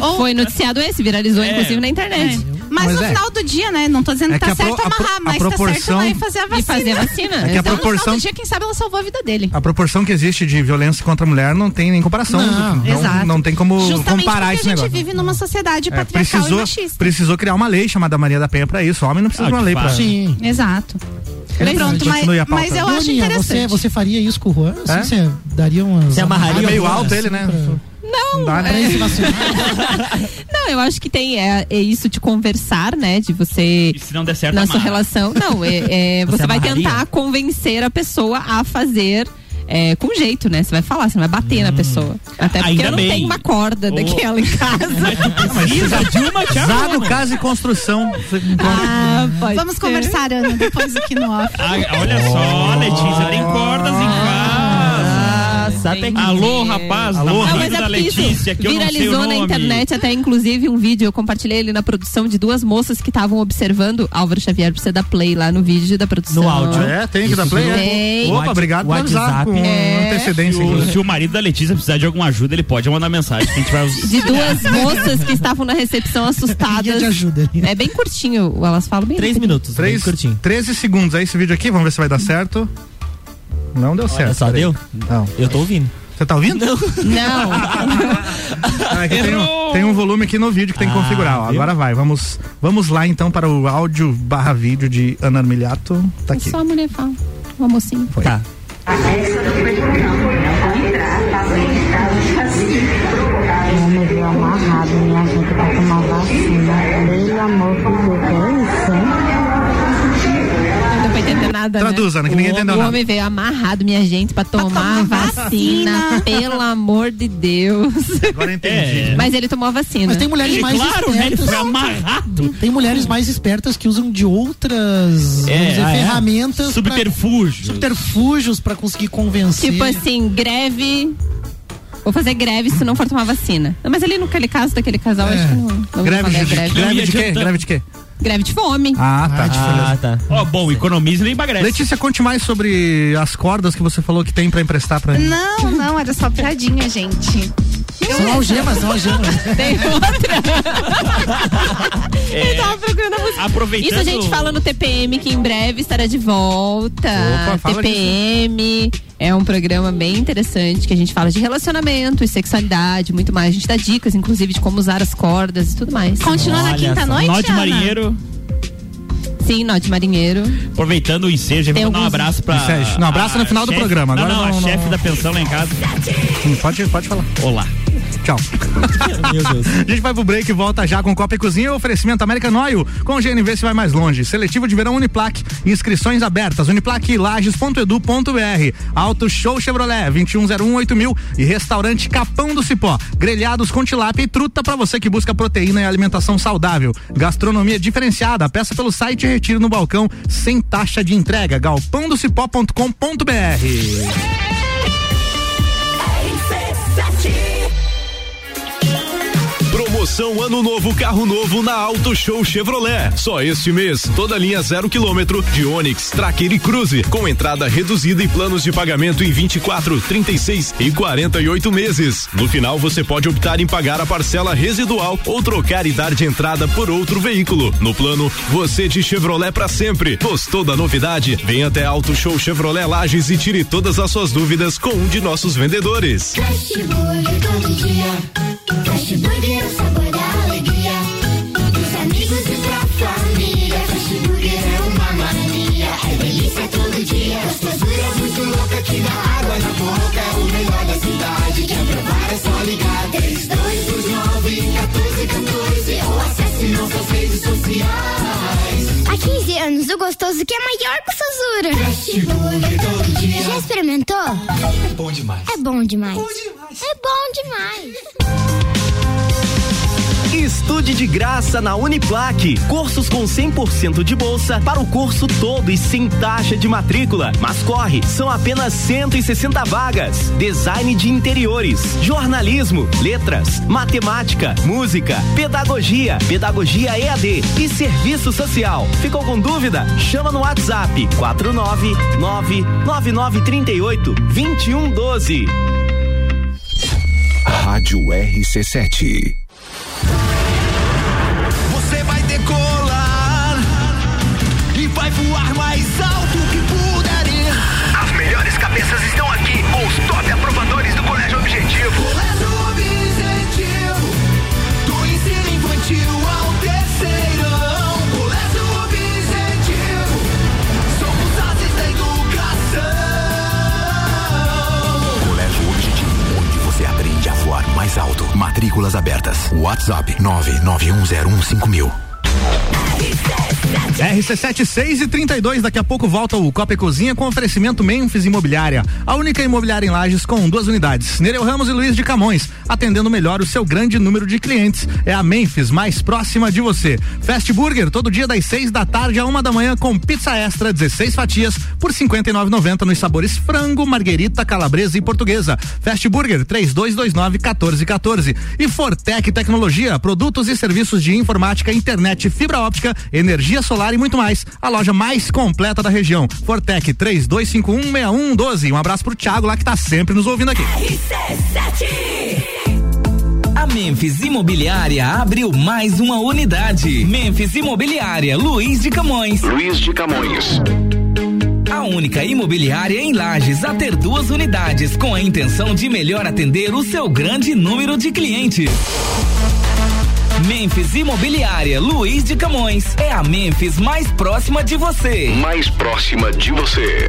ou-
Foi noticiado esse, viralizou
É.
inclusive na internet.
Mas,
Mas
no
é.
final do dia, né? Não tô dizendo
É
que
que
tá
a pro-
certo
a pro-
amarrar,
a
mas
proporção-
tá certo lá e fazer a vacina.
E fazer a vacina.
É que a
Então,
Então,
no final
proporção-
do dia, quem sabe ela salvou a vida dele.
A proporção que existe de violência contra a mulher não tem nem comparação.
Não,
exato.
não tem como
Justamente
comparar
porque
esse
a gente
negócio.
vive numa sociedade
É,
patriarcal e
precisou,
machista.
precisou criar uma lei chamada Maria da Penha pra isso. O homem não precisa
Ah,
de uma
de
lei
fato.
pra é
Sim.
Exato.
Ele
Pronto, mas,
continue é a pauta.
mas eu acho
Doninha, você,
interessante.
você faria isso com o Juan? Assim,
É?
Você daria uma.
Você amarraria
É meio alto ele, né? Não dá,
Pra
é.
né?
esse vacinar.
Não, eu acho que tem é, é isso de conversar, né? De você.
E se não der certo,
na sua
amarra.
relação. Não, é, é,
Você
você, vai
amarraria?
tentar convencer a pessoa a fazer. é, com jeito, né? Você vai falar, você não vai bater na pessoa. Até porque
Ainda
eu não
bem.
tenho uma corda
Oh.
daquela em casa.
Precisa de uma te
Zado,
arruma.
casa e construção. Você
ah, pode
Vamos
ser.
conversar, Ana, depois aqui no off.
Ah, olha só, Letícia, tem cordas em casa.
Ah, sabe aqui.
Alô, rapaz,
Alô,
Não,
namorado
mas é
da
porque isso
Letícia, que eu não sei o
viralizou
nome.
na internet até inclusive um vídeo, eu compartilhei ele na produção de duas moças que estavam observando. Álvaro Xavier precisa dar play lá no vídeo da produção.
No áudio.
É, tem que
Isso
dar play. é.
tem.
Opa, obrigado por
WhatsApp.
avisar com
É.
antecedência.
Se o-
inclusive.
Se o marido da Letícia precisar de alguma ajuda, ele pode mandar mensagem que a gente vai
De duas moças que estavam na recepção
Guia
assustadas.
de ajuda ali.
É bem curtinho, elas falam bem.
Três
rapidinho.
minutos, bem
Três,
curtinho.
13 segundos. É esse vídeo aqui, vamos ver se vai dar certo. Não deu certo.
Olha só,
peraí.
deu?
Não.
Eu tô ouvindo.
Você tá ouvindo?
Não.
Ah, aqui tem,
Errou!
um, tem um volume aqui no vídeo que tem que
Ah,
configurar. ó.
viu?
Agora vai. Vamos, vamos lá então para o áudio barra vídeo de Ana Armiliato. Tá aqui.
Só a mulher fala. Uma mocinha.
Foi.
Tá.
Meu Deus, amarrado, minha gente, pra tomar vacina. Pelo amor de Deus, que é isso, hein?
Não deu pra entender nada. né?
Traduz, Ana, que ninguém
O
entendeu
homem-
nada.
O homem veio amarrado, minha gente, pra tomar,
tomar
vacina. Pelo amor de Deus.
Agora eu entendi.
É.
Mas ele tomou a vacina.
Mas tem mulheres mais
Claro, né? Ele
espertas.
foi amarrado.
Tem mulheres mais espertas que usam de outras
É,
vamos dizer,
ah, é?
ferramentas. pra-
Subterfúgio.
subterfúgios pra conseguir convencer.
Tipo assim, greve. Vou fazer greve se não for tomar vacina. Não, mas ali no aquele caso daquele casal,
É.
acho que não. não
Greve
valeu a
de,
greve.
greve de quê?
adiantando.
Greve de quê?
Greve de fome.
Ah, é. tá.
Ah, tá.
Ó, bom, economiza e nem emagrece.
Letícia, conte mais sobre as cordas que você falou que tem pra emprestar pra mim.
Não, não, era só piadinha, gente.
São algemas, são algemas.
Tem outra.
É,
Eu tava procurando a música.
aproveitando.
Isso a gente fala no TPM, que em breve estará de volta.
Opa, fala
TPM é um programa bem interessante que a gente fala de relacionamento e sexualidade, muito mais. A gente dá dicas, inclusive, de como usar as cordas e tudo mais.
Continua na
Olha só.
quinta noite,
Nó de
Ana?
marinheiro.
Sim, nó de marinheiro.
Aproveitando o ensejo, eu vou
Tem
mandar um
alguns-
abraço pra.
Ensejo. Não, abraço
a
no final do
chefe-
programa,
Não,
agora
não, a
não-
chefe
não-
da pensão lá em casa.
Hum, Pode, pode falar.
Olá.
Tchau.
Meu Deus.
A gente vai pro break e volta já com Copa e Cozinha e oferecimento American Oil. Com GNV se vai mais longe. Seletivo de verão Uniplac. Inscrições abertas. Uniplaclages.edu.br. Auto Show Chevrolet 21018000 e restaurante Capão do Cipó. Grelhados com tilápia e truta pra você que busca proteína e alimentação saudável. Gastronomia diferenciada. Peça pelo site e Retiro no Balcão sem taxa de entrega. galpãodocipó.com.br.
Promoção Ano Novo Carro Novo na Auto Show Chevrolet. Só este mês, toda linha zero quilômetro de Onix, Tracker e Cruze, com entrada reduzida e planos de pagamento em 24, 36 e 48 meses. No final, você pode optar em pagar a parcela residual ou trocar e dar de entrada por outro veículo. No plano, você de Chevrolet para sempre. Gostou da novidade? Vem até Auto Show Chevrolet Lages e tire todas as suas dúvidas com um de nossos vendedores.
Fast Burger todo dia. Fast Burger é o sabor da alegria. Dos amigos e da família. Fast Burger é uma mania. É delícia todo dia. Gostosura muito louca que dá água na boca. É o melhor da cidade. Quer provar é só ligar. 3229 1414 ou acesse nossas redes sociais.
Há 15 anos, o gostoso que é maior que o Sazura.
Fast Burger todo dia.
Já experimentou? É bom demais. É bom demais. É bom demais.
Estude de graça na Uniplaque. Cursos com 100% de bolsa para o curso todo e sem taxa de matrícula. Mas corre, são apenas 160 vagas. Design de interiores, jornalismo, letras, matemática, música, pedagogia, pedagogia EAD e serviço social. Ficou com dúvida? Chama no WhatsApp 499 9938 2112.
Rádio RC7.
Você vai decolar e vai voar mais alto que puder ir. As melhores cabeças estão aqui, com os top aprovadores do Colégio Objetivo. Colégio Objetivo, do ensino infantil ao terceirão. Colégio Objetivo, somos ases da educação.
Colégio Objetivo, onde você aprende a voar mais alto. Matrículas abertas. WhatsApp 991015000.
RC7, 6 e 32 daqui a pouco volta o Copa e Cozinha com oferecimento Memphis Imobiliária. A única imobiliária em Lages com duas unidades. Nereu Ramos e Luiz de Camões, atendendo melhor o seu grande número de clientes. É a Memphis mais próxima de você. Fast Burger, todo dia das 6 da tarde a uma da manhã com pizza extra, 16 fatias por 59,90 nos sabores frango, marguerita, calabresa e portuguesa. Fast Burger, 3229 1414. E Fortec Tecnologia, produtos e serviços de informática, internet, fibra óptica, energia solar e muito mais. A loja mais completa da região. Fortec 32516112. Um abraço pro Thiago lá que tá sempre nos ouvindo aqui.
A Memphis Imobiliária abriu mais uma unidade. Memphis Imobiliária, Luiz de Camões. Luiz de Camões. A única imobiliária em Lages a ter duas unidades, com a intenção de melhor atender o seu grande número de clientes. Memphis Imobiliária Luiz de Camões é a Memphis mais próxima de você.
Mais próxima de você.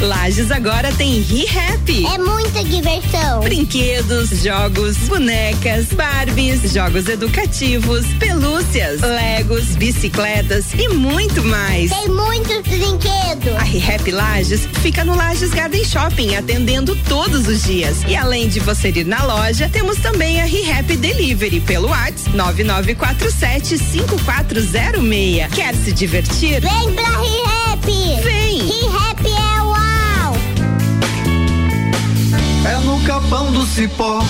Lages agora tem ReHap.
É muita diversão.
Brinquedos, jogos, bonecas, Barbies, jogos educativos, pelúcias, Legos, bicicletas e muito mais.
Tem muitos brinquedos.
A ReHap Lages fica no Lages Garden Shopping, atendendo todos os dias. E além de você ir na loja, temos também a ReHap Delivery pelo WhatsApp 99475406. Quer se divertir?
Vem pra ReHap.
Vem.
ReHap é uau.
É no capão do cipó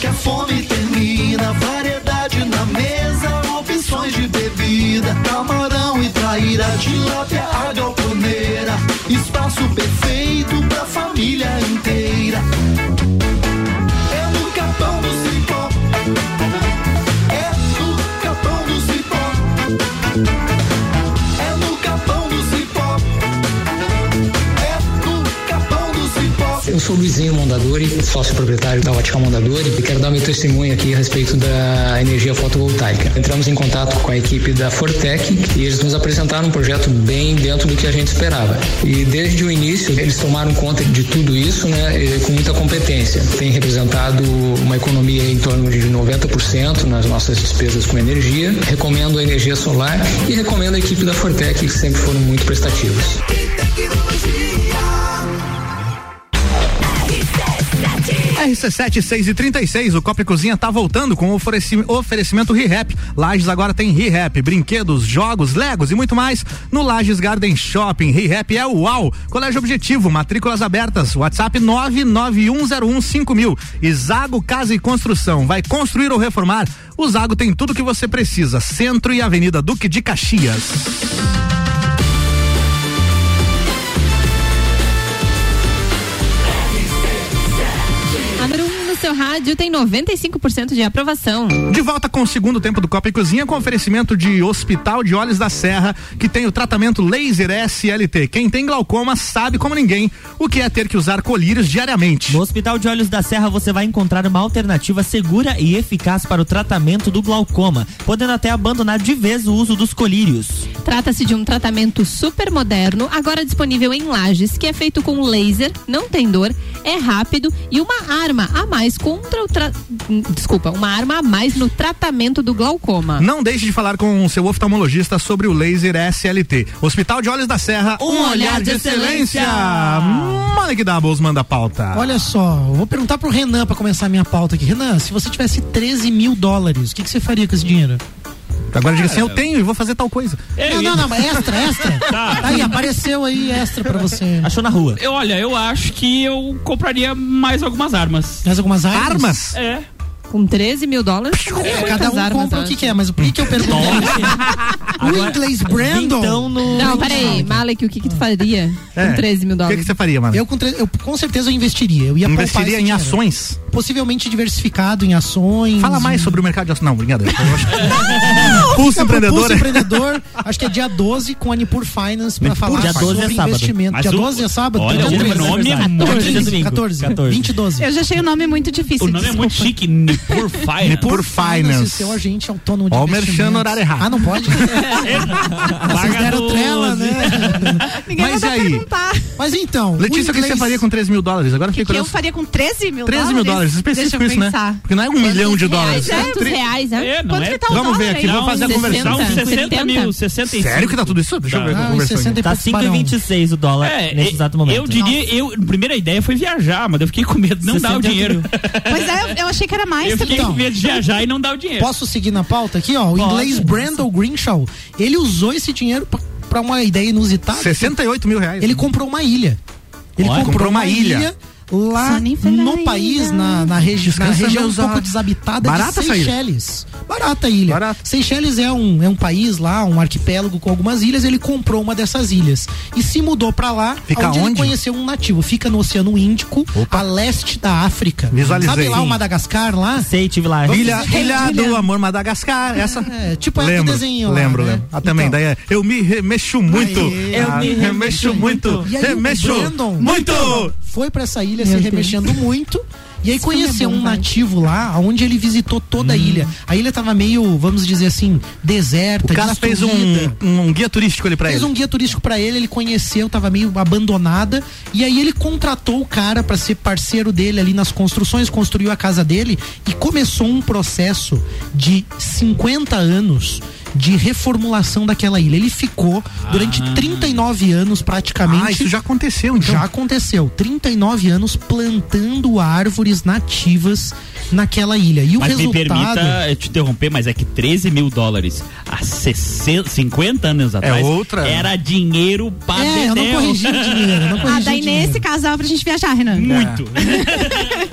que a fome termina. Variedade na mesa, opções de bebida, camarão e traíra, tilápia, a galponeira. Espaço perfeito pra família inteira. É no capão do cipó. É no capão do cipó. É no capão do cipó. É no capão do cipó.
Eu sou Luizinho Mondadori, sócio proprietário da Ótica Mondadori e quero dar meu testemunho aqui a respeito da energia fotovoltaica. Entramos em contato com a equipe da Fortec e eles nos apresentaram um projeto bem dentro do que a gente esperava. E desde o início eles tomaram conta de tudo isso, né, eh, com muita competência. Tem representado uma economia em torno de 90% nas nossas despesas com energia. Recomendo a energia solar e recomendo a equipe da Fortec que sempre foram muito prestativos.
RC7, 6 e 36 o Copa e Cozinha tá voltando com o ofereci- oferecimento ReHap. Lages agora tem ReHap, brinquedos, jogos, legos e muito mais no Lages Garden Shopping. ReHap é UAU. Colégio Objetivo, matrículas abertas, WhatsApp 991015000. E Zago Casa e Construção, vai construir ou reformar? O Zago tem tudo que você precisa. Centro e Avenida Duque de Caxias.
A número 1 um no seu seu rádio tem 95% de aprovação.
De volta com o segundo tempo do Copa e Cozinha, com oferecimento de Hospital de Olhos da Serra, que tem o tratamento laser SLT. Quem tem glaucoma sabe como ninguém o que é ter que usar colírios diariamente.
No Hospital de Olhos da Serra você vai encontrar uma alternativa segura e eficaz para o tratamento do glaucoma, podendo até abandonar de vez o uso dos colírios.
Trata-se de um tratamento super moderno, agora disponível em lajes, que é feito com laser, não tem dor, é rápido e uma arma a mais contra o tra... desculpa, uma arma a mais no tratamento do glaucoma.
Não deixe de falar com o seu oftalmologista sobre o laser SLT. Hospital de Olhos da Serra, um, olhar, de excelência. Hum, Olha que Doubles manda a pauta.
Olha só, eu vou perguntar pro Renan pra começar a minha pauta aqui. Renan, se você tivesse 13 mil dólares, o que, que você faria com esse dinheiro?
Agora diga assim, eu tenho e vou fazer tal coisa.
É
Não, não, não, mas extra, extra. Tá. Aí, apareceu aí extra pra você.
Achou na rua.
Eu, olha, eu acho que eu compraria mais algumas armas.
Mais algumas armas?
Armas?
É.
Com 13 mil dólares?
É, cada um compra o que quer, mas o que que eu perguntei? o inglês Brandon.
Então, no...
Não, peraí, Malek, o que, que tu faria
É.
com 13 mil
O que,
dólares?
que você faria, mano?
Eu com, tre- eu com certeza eu investiria. Eu ia poupar
Investiria
esse
em
dinheiro.
ações?
Possivelmente diversificado em ações.
Fala mais sobre o mercado de ações. Não, brincadeira. Eu acho- Pulso
Fica pro
empreendedor.
Pulso
é.
empreendedor. Acho que é dia 12 com a Nipur Finance pra
Nipur
falar
Dia 12 é
sobre
sábado.
investimento.
Mas
dia
o-
12 é sábado?
olha,
Então,
o
três,
nome
né?
é
14,
muito
14,
domingo.
14,
14.
20 e 12.
Eu já achei o nome muito difícil.
O nome é muito chique, Nipur Fire.
É
Nipur Finance.
Seu agente autônomo de
Ó, o
investimentos.
merchan no horário errado.
Ah, não pode?
Ah,
Vocês
Paga
deram
12.
trela, né?
Ninguém
Mas
vai
e aí?
perguntar.
Mas então,
Letícia, o que
inglês-
você faria com 13 mil dólares? Agora
Que,
fiquei
que eu
curioso.
faria com 13 mil
13
dólares?
mil dólares, específico
Deixa eu
isso, né?
pensar.
Porque não é um milhão de
Reais,
dólares.
Quantos
Tre-
reais, né?
É, não
Quanto
é?
que tá o dólar
Vamos ver aqui,
aí?
vamos fazer a
Dá
conversão.
uns 60
70.
mil, 65.
Sério que tá tudo isso? Deixa eu
Tá.
ver a
Ah, uns
conversão.
60 e
aqui.
Tá
poucos barão.
5,26 o dólar
É,
nesse
e-
exato momento.
Eu diria, eu, a primeira ideia foi viajar, mas eu fiquei com medo de não dar o
68
dinheiro.
Pois é, eu- eu achei que era mais
Eu
também.
fiquei com medo de viajar e não dar o dinheiro.
Posso seguir na pauta aqui, ó? O inglês Brandon Greenshaw, ele usou esse dinheiro pra- pra uma ideia inusitada.
68 mil reais.
Ele comprou uma ilha. Ele
Olha,
comprou, uma ilha. Lá
Só nem foi na
no
ilha.
país, na, na, regi na
Descansa,
região um
meus
pouco
olhos.
desabitada
Barata
de
essa ilha?
Seychelles. Barata a ilha.
Barata.
Seychelles é um, é um país lá, um arquipélago com algumas ilhas. Ele comprou uma dessas ilhas e se mudou pra lá,
Fica
onde, ele
onde?
conheceu um nativo. Fica no Oceano Índico, a leste da África.
Visualizei.
Sabe lá o
Sim.
Madagascar lá?
Sei, tive lá.
Ilha,
dizer,
Ilha
Ilha.
do Amor Madagascar, essa.
É, tipo
lembro,
aquele desenho lá,
Lembro,
né?
lembro. Ah, também,
Então.
daí é, eu me remexo muito.
Eu
Ah,
me
remexo muito.
E aí, o
Remexo
Brandon-
muito.
foi pra essa ilha se remexendo muito. E aí conheceu um nativo lá, onde ele visitou toda a
Hum.
ilha. A ilha tava meio, vamos dizer assim, deserta,
O cara fez um,
destruída.
um guia turístico ali pra
Fez
ele.
um guia turístico pra ele, ele conheceu, tava meio abandonada. E aí ele contratou o cara pra ser parceiro dele ali nas construções, construiu a casa dele e começou um processo de 50 anos de reformulação daquela ilha. Ele ficou durante 39 anos praticamente.
Ah, isso já aconteceu, então.
Já aconteceu. 39 anos plantando árvores nativas naquela ilha. E o
Mas me
resultado.
permita te interromper, mas é que 13 mil dólares há 60, 50 anos atrás
É outra-
era dinheiro pra
É, eu não
dedéu.
corrigi o dinheiro. eu Não corrigi
Ah,
o
daí
dinheiro,
nesse caso dava pra gente viajar, Renan.
Muito.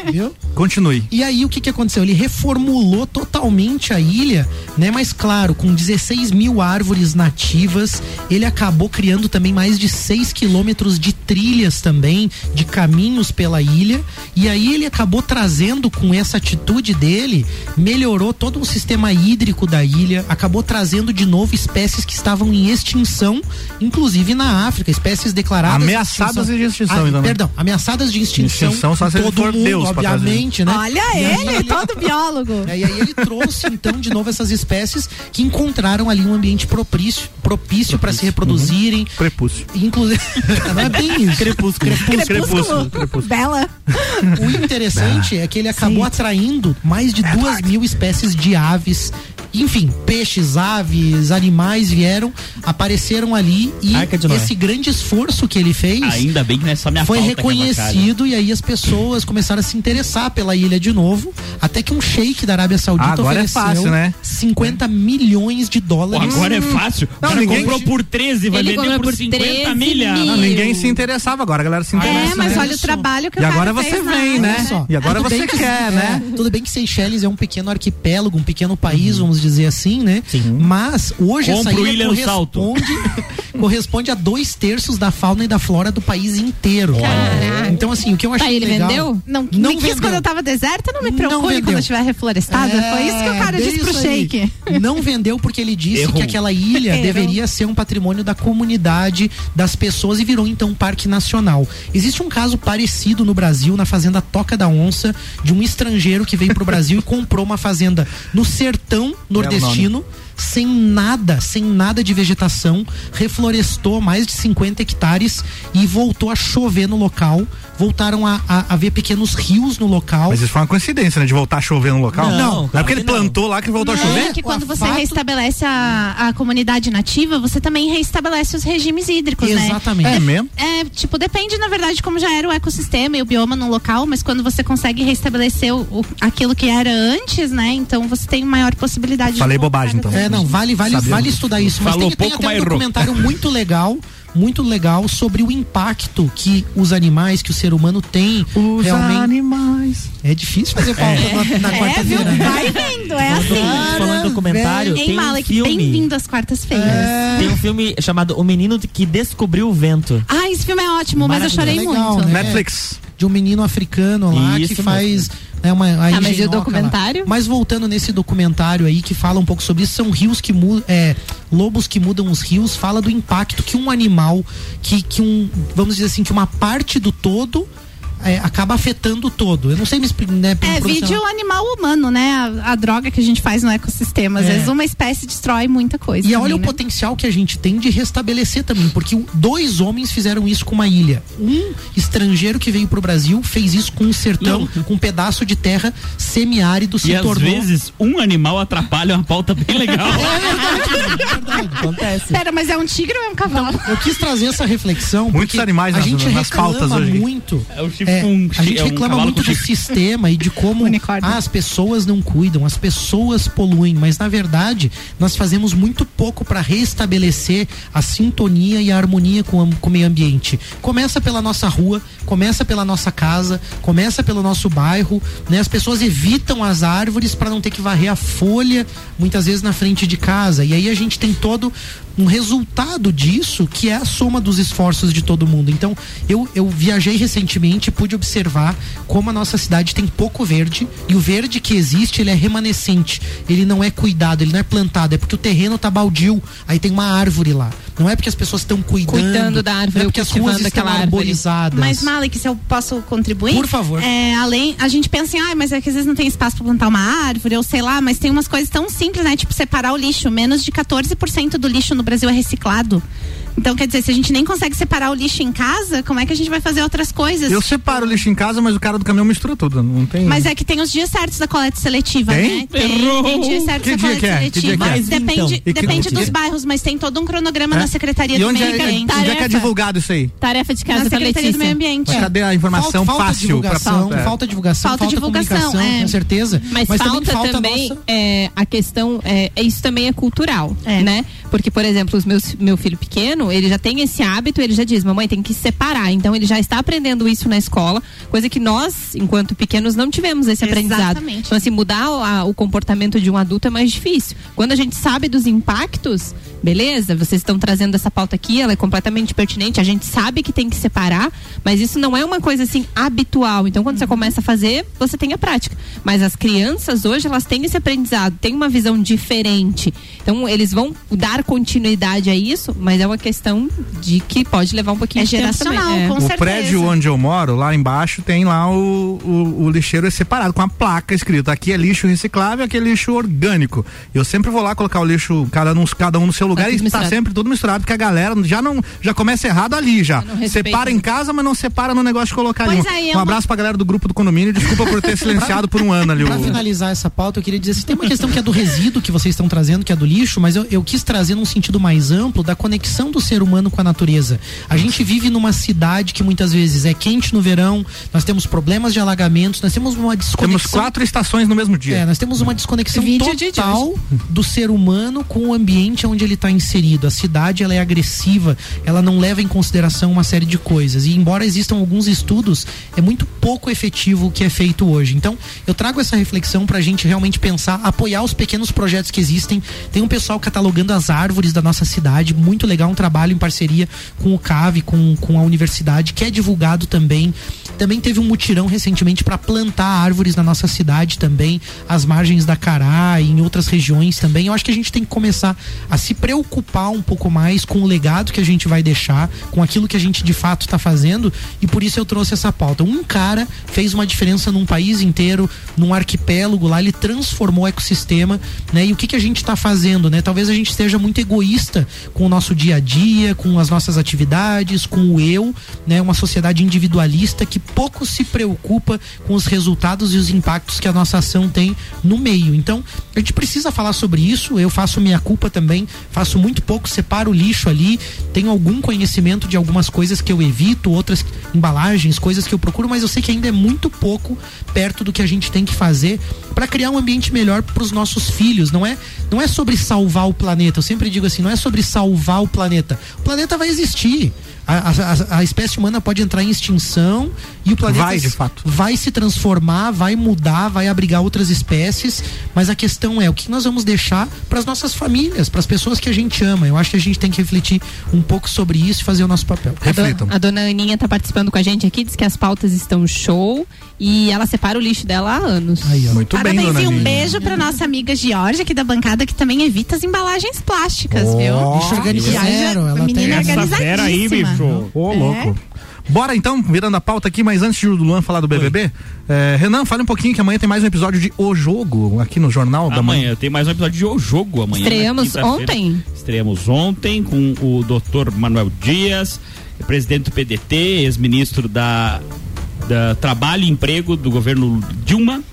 É.
viu?
Continue.
E aí o que, que aconteceu? Ele reformulou totalmente a ilha, né? Mas claro, com 16 mil árvores nativas, ele acabou criando também mais de 6 quilômetros de trilhas também, de caminhos pela ilha. E aí ele acabou trazendo com essa atitude dele, melhorou todo o sistema hídrico da ilha, acabou trazendo de novo espécies que estavam em extinção, inclusive na África, espécies declaradas.
Ameaçadas de extinção,
Ah,
então, né?
Perdão, ameaçadas de extinção.
Extinção só se
todo
for
mundo,
Deus pra trazer.
obviamente né?
Olha
E aí
ele, tá- todo biólogo.
é, E aí ele trouxe então de novo essas espécies que encontraram ali um ambiente propício, propício para se reproduzirem.
Uhum. Prepúcio.
Inclusive, não é bem isso. Crepúsculo.
Crepúsculo.
Bela.
O interessante é que ele acabou atraindo mais de duas mil espécies de aves. Enfim, peixes, aves, animais vieram, apareceram ali e
Arca de Noé.
esse grande esforço que ele fez
Ainda bem que não é só minha
foi
falta que é bacana.
reconhecido e aí as pessoas começaram a se interessar pela ilha de novo, até que um sheik da Arábia Saudita
Agora é
ofereceu
fácil, né?
50 milhões de
Pô,
dólares.
agora é fácil.
Não,
O cara
ninguém-
comprou por 13, vai
Ele
vender
comprou
por
por
50
13
milha.
mil.
Não,
Não, ninguém se interessava agora, a galera se interessa.
É, mas
né?
olha o trabalho que
E
o cara
agora você
fez na
vem,
área,
né?
Olha só.
E agora
Tudo
você
bem que-
quer, né?
é, Tudo bem que Seychelles é um pequeno arquipélago, um
Uhum.
pequeno país, vamos dizer assim, né? Mas hoje
Compra
essa
o
ilha
William Salto.
corresponde corresponde a dois terços da fauna e da flora do país inteiro.
Caraca.
Então, assim, o que eu achei
Tá, ele
legal-
vendeu? Não,
não
me quis
vendeu.
quando eu tava deserta, não me preocupe
vendeu.
quando eu estiver reflorestada.
É,
Foi isso que o cara
bem
disse pro
isso aí.
Shake.
Não vendeu porque ele disse
Errou.
que aquela ilha
Errou.
deveria ser um patrimônio da comunidade, das pessoas e virou então um parque nacional. Existe um caso parecido no Brasil, na fazenda Toca da Onça, de um estrangeiro que veio pro Brasil e comprou uma fazenda no sertão nordestino. Sem nada, sem nada de vegetação, reflorestou mais de 50 hectares e voltou a chover no local. Voltaram a, a, a ver pequenos rios no local.
Mas isso foi uma coincidência, né? De voltar a chover no local?
Não,
Não é porque ele plantou lá que voltou a chover?
É que quando você reestabelece a, a comunidade nativa, você também reestabelece os regimes hídricos, né?
Exatamente. É mesmo?
É, tipo, depende, na verdade, como já era o ecossistema e o bioma no local, mas quando você consegue reestabelecer o, o- aquilo que era antes, né? Então você tem maior possibilidade
Falei
de voltar
bobagem, então.
É, não, vale, vale,
Sabia.
vale estudar isso. Mas
Falou
tem, tem
pouco,
até
mas
um
errou.
documentário muito legal, muito legal, sobre o impacto que os animais, que o ser humano tem realmente.
animais.
É difícil fazer pauta
É.
na, na
É, viu?
quarta-feira. né?
Vai vendo, é assim.
falando em documentário,
Hein,
tem um
Malek,
filme.
bem-vindo às quartas-feiras.
Tem um filme chamado O Menino que Descobriu o Vento.
Ah, esse filme é ótimo, mas eu chorei
Legal,
muito.
né? De um menino africano lá
Isso
que
mesmo.
faz. né, uma, a
Ah, mas e o
engenhoca lá.
documentário?
Mas voltando nesse documentário aí que fala um pouco sobre isso, são rios que mudam. É, lobos que mudam os rios, fala do impacto que um animal, que, que um. Vamos dizer assim, que uma parte do todo. é, acaba afetando o todo. Eu não sei me explicar, né?
É,
profissional.
vídeo animal humano, né? A, a droga que a gente faz no ecossistema. Às
É.
vezes uma espécie destrói muita coisa.
E
também,
olha o
né?
potencial que a gente tem de restabelecer também, porque o- dois homens fizeram isso com uma ilha. Um estrangeiro que veio pro Brasil fez isso com um sertão, com um pedaço de terra semiárido, se
E às
tornou.
vezes um animal atrapalha uma pauta bem legal.
É. Acontece.
Pera, mas é um tigre ou é um cavalo?
Eu quis trazer essa reflexão.
Muitos
porque
animais
a
nas-
gente
nas
reclama
pautas hoje.
muito.
É o chifre
é,
com um
a
chi-
gente
é um
reclama
cavalo
muito
com
do
chifre.
sistema e de como ah, as pessoas não cuidam, as pessoas poluem, mas na verdade nós fazemos muito pouco para restabelecer a sintonia e a harmonia com, a- com o meio ambiente. Começa pela nossa rua, começa pela nossa casa, começa pelo nosso bairro, né? As pessoas evitam as árvores para não ter que varrer a folha muitas vezes na frente de casa. E aí a gente tem todo um resultado disso que é a soma dos esforços de todo mundo. Então, eu, eu viajei recentemente e pude observar como a nossa cidade tem pouco verde e o verde que existe, ele é remanescente. Ele não é cuidado, ele não é plantado, é porque o terreno tá baldio, aí tem uma árvore lá. Não é porque as pessoas estão cuidando,
Cuidando da árvore,
não é porque as
cultivando
ruas estão
aquela árvore.
arborizadas.
Mas, Malik, se eu posso contribuir?
Por favor.
É, além, a gente pensa em, ah, mas é que às vezes não tem espaço pra plantar uma árvore, ou sei lá, mas tem umas coisas tão simples, né? Tipo, separar o lixo. Menos de 14% do lixo no Brasil é reciclado. Então, quer dizer, se a gente nem consegue separar o lixo em casa, como é que a gente vai fazer outras coisas?
Eu separo o lixo em casa, mas o cara do caminhão mistura tudo. Não tem.
Mas é que tem os dias certos da coleta seletiva,
Tem?
né? Tem,
Errou!
tem dias certos
Que
da
dia
coleta
que é? Que dia
seletiva.
que é? Mas
Depende,
então, e que-
depende
que
dos
dia?
bairros, mas tem todo um cronograma
É?
na Secretaria
E
do
onde
Meio
é,
Ambiente.
onde é que é divulgado isso aí?
Tarefa de casa
Na
pra
Secretaria do
Letícia.
Meio Ambiente.
Mas cadê a informação
falta
fácil
divulgação,
pra-
falta divulgação,
Falta
falta,
divulgação,
comunicação,
é.
com certeza.
Mas, falta, também
nossa-
é, a questão, é, é, isso também é cultural, né? Porque, por exemplo, os meus, meu filho pequeno, ele já tem esse hábito, ele já diz, mamãe, tem que separar. Então, ele já está aprendendo isso na escola, coisa que nós, enquanto pequenos, não tivemos esse aprendizado.
Exatamente.
Então, assim, mudar o, a- o comportamento de um adulto é mais difícil. Quando a gente sabe dos impactos, beleza, vocês estão trazendo essa pauta aqui, ela é completamente pertinente, a gente sabe que tem que separar, mas isso não é uma coisa assim habitual. Então,
Uhum.
quando você começa a fazer, você tem a prática. Mas as crianças hoje, elas têm esse aprendizado, têm uma visão diferente. Então, eles vão dar continuidade a isso, mas é uma questão de que pode levar um pouquinho
É
de tempo também.
geracional,
É.
com
o prédio onde eu moro, lá embaixo, tem lá o, o, o lixeiro é separado, com a placa escrita. Aqui é lixo reciclável, aqui é lixo orgânico. Eu sempre vou lá colocar o lixo, cada um, cada um no seu lugar,
Tá
e
tudo
está
misturado.
sempre tudo misturado, porque a galera já não já começa errado ali já.
não respeita,
Separa em
né?
casa, mas não separa no negócio de colocar
Pois
ali.
aí,
um
é
um
uma-
abraço pra galera do grupo do condomínio, desculpa por ter silenciado por um ano ali.
Pra
O...
finalizar essa pauta, eu queria dizer assim, tem uma questão que é do resíduo que vocês estão trazendo, que é do lixo, mas eu, eu quis trazer num sentido mais amplo da conexão do ser humano com a natureza. A gente vive numa cidade que muitas vezes é quente no verão, nós temos problemas de alagamentos, nós temos uma desconexão.
Temos quatro estações no mesmo dia.
É, nós temos uma desconexão
Vídeo de
total do ser humano com o ambiente onde ele está inserido. A cidade ela é agressiva, ela não leva em consideração uma série de coisas. E embora existam alguns estudos, é muito pouco efetivo o que é feito hoje. Então, eu trago essa reflexão para a gente realmente pensar, apoiar os pequenos projetos que existem. Tem um pessoal catalogando as árvores da nossa cidade, muito legal, um trabalho em parceria com o CAV, com, com a universidade, que é divulgado também. Também teve um mutirão recentemente para plantar árvores na nossa cidade também, às margens da Cará e em outras regiões também. Eu acho que a gente tem que começar a se preocupar um pouco mais com o legado que a gente vai deixar, com aquilo que a gente de fato está fazendo, e por isso eu trouxe essa pauta. Um cara fez uma diferença num país inteiro, num arquipélago lá, ele transformou o ecossistema, né? E o que, que a gente está fazendo, né? Talvez a gente esteja muito egoísta com o nosso dia a dia, com as nossas atividades, com o eu, né? Uma sociedade individualista que pouco se preocupa com os resultados e os impactos que a nossa ação tem no meio. Então, a gente precisa falar sobre isso. Eu faço minha culpa também, faço muito pouco, separo o lixo ali, tenho algum conhecimento de algumas coisas que eu evito, outras embalagens, coisas que eu procuro, mas eu sei que ainda é muito pouco perto do que a gente tem que fazer para criar um ambiente melhor para os nossos filhos. Não é, não é sobre salvar o planeta. Eu sempre digo assim, não é sobre salvar o planeta. O planeta vai existir. A, a, a espécie humana pode entrar em extinção e o planeta
Vai, de fato.
vai se transformar, vai mudar, vai abrigar outras espécies, mas a questão é o que nós vamos deixar para as nossas famílias, para as pessoas que a gente ama. Eu acho que a gente tem que refletir um pouco sobre isso e fazer o nosso papel.
A dona- A dona Aninha tá participando com a gente aqui, diz que as pautas estão show e ela separa o lixo dela há anos.
Muito bem,
Parabéns
dona
e um
Aninha.
beijo pra nossa amiga Georgia aqui da bancada, que também evita as embalagens plásticas,
Ó,
viu?
bicho organizado.
Georgia, menina organizadíssima.
né?
Ô,
É.
louco. Bora então, virando a pauta aqui, mas antes de o Luan falar do BBB, eh, Renan, fale um pouquinho que amanhã tem mais um episódio de O Jogo aqui no Jornal da Manhã.
Amanhã tem mais um episódio de O Jogo amanhã. né?
Estreamos
Quinta-feira.
ontem.
Estreamos ontem com o doutor Manuel Dias, presidente do PDT, ex-ministro da, da Trabalho e Emprego do governo Dilma.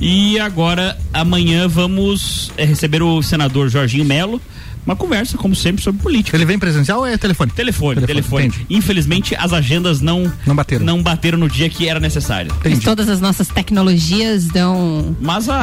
E agora, amanhã, vamos eh, receber o senador Jorginho Melo. Uma conversa, como sempre, sobre política.
Ele vem presencial ou é telefone?
Telefone, telefone. Infelizmente, as agendas não, não, bateram. não bateram no dia que era necessário.
Mas todas as nossas tecnologias dão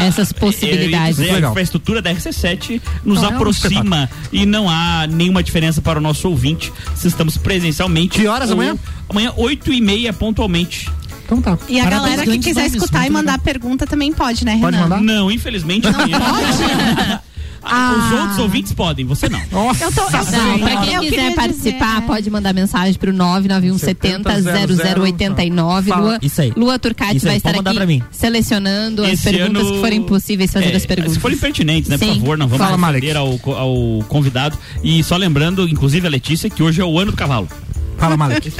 essas possibilidades.
Eu ia dizer, é, A infraestrutura da RC7 nos
Não, é um
aproxima e não há nenhuma diferença para o nosso ouvinte se estamos presencialmente. Que
horas amanhã?
Amanhã, 8 e meia pontualmente.
Então tá.
E a galera que quiser escutar e mandar pergunta também pode, né, Renan?
Tá.
Não, infelizmente não.
Ah.
Os outros ouvintes podem, você não.
Nossa,
Eu tô- eu
Não, pra quem
Eu
quiser
queria
participar, pode mandar mensagem pro 991700089.
Fala.
Lua,
Isso aí.
Lua Turcati
Isso aí,
vai estar
pode mandar
aqui
pra mim.
selecionando as
Esse
perguntas
ano-
que forem possíveis fazer
É,
as perguntas.
Se forem pertinentes, né? Por
Sim.
favor, não vamos
Fala, Malek.
responder ao, co- ao convidado. E só lembrando, inclusive a Letícia, que hoje é o ano do cavalo.
Fala,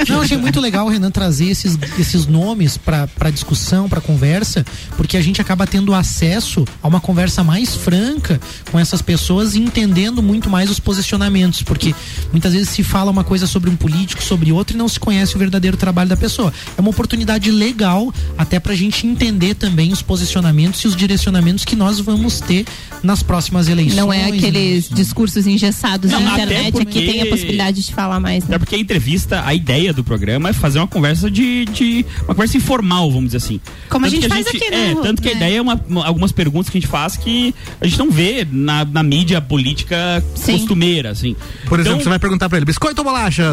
Não, achei muito legal o Renan trazer esses, esses nomes pra pra discussão, pra conversa, porque a gente acaba tendo acesso a uma conversa mais franca com essas pessoas e entendendo muito mais os posicionamentos, porque muitas vezes se fala uma coisa sobre um político, sobre outro e não se conhece o verdadeiro trabalho da pessoa. É uma oportunidade legal até pra gente entender também os posicionamentos e os direcionamentos que nós vamos ter nas próximas eleições.
Não é aqueles discursos engessados
né? Não,
na
até
internet
porque-
aqui, tem a possibilidade de falar mais. né?
Até É porque a entrevista, a ideia do programa é fazer uma conversa de. de- uma conversa informal, vamos dizer assim.
Como a gente
que
faz aqui, né,
É,
Ru?
tanto que a
É.
ideia é uma- uma- algumas perguntas que a gente faz que a gente não vê na, na mídia política
Sim.
costumeira, assim.
Por exemplo,
Então-
você vai perguntar pra ele, biscoito ou bolacha?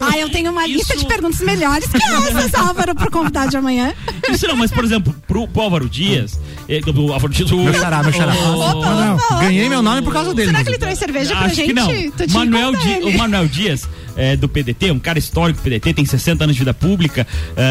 Ah, eu tenho uma lista de perguntas melhores que essas, Álvaro, pro convidado de amanhã.
Isso não, mas por exemplo, pro, pro Álvaro Dias. É, o Álvaro Dias.
Hum. Meu xará, meu xará. Opa, Não, opa, ganhei meu nome por causa dele,
Será que ele trouxe cerveja pra
Acho
gente?
que não.
Tô te
Manuel
encontrando
Di-
ele.
o Manuel Dias, é, do PDT, um cara histórico do PDT, tem 60 anos de vida pública,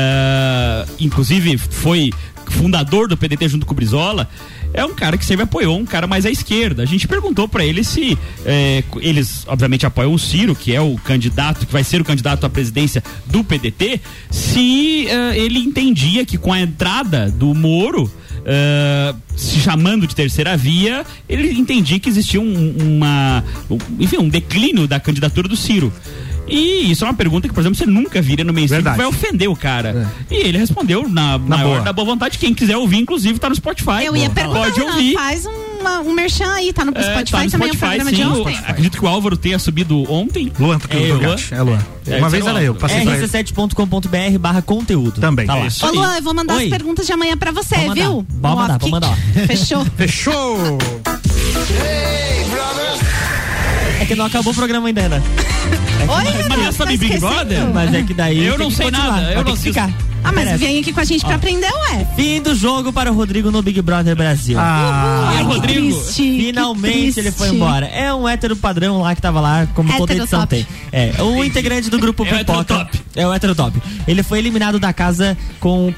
ah, inclusive foi fundador do PDT junto com o Brizola. É um cara que sempre apoiou um cara mais à esquerda. A gente perguntou pra ele se é, co- eles, obviamente, apoiam o Ciro, que é o candidato, que vai ser o candidato à presidência do PDT, se ah, ele entendia que com a entrada do Moro, ah, se chamando de terceira via, ele entendia que existia um, uma, um- enfim, um declínio da candidatura do Ciro. E isso é uma pergunta que, por exemplo, você nunca vira no mainstream, que vai ofender o cara. E ele respondeu na, maior
É. boa.
da boa vontade. Quem quiser ouvir, inclusive, tá no Spotify.
É, Eu ia perguntar,
Pode
Renan,
ouvir.
faz uma- um merchan aí, tá no
É,
Spotify
tá no
também, o programa de
sim.
ontem.
Eu Acredito que o Álvaro tenha subido ontem.
Luan, tá aqui no Turcati. É, Luan. Uma vez era eu,
É,
passei pra ele.
rc7.com.br barra conteúdo. Também. Tá lá.
Ô, Luan, eu vou mandar as perguntas de amanhã pra você, viu?
Vamos mandar, vamos mandar.
Fechou.
Fechou!
Ei,
É que não acabou o programa ainda, né? É Renan.
Oi, Renan,
mas
tá esquecendo?
Mas é que daí.
Eu
tem
não
que
sei
continuar,
nada,
vai
eu
ter
não
que
sei-
ficar.
Ah, mas
Merece.
vem aqui com a gente pra
Ó.
aprender, ué.
Fim do jogo para o Rodrigo no Big Brother Brasil.
Ah, Ai, que Rodrigo. triste, que
Finalmente
triste.
ele foi embora. É um hétero padrão lá que tava lá, como toda
Hétero
edição
top.
tem. É, o integrante do grupo Pipoca. É o hétero top. Ele foi eliminado da casa com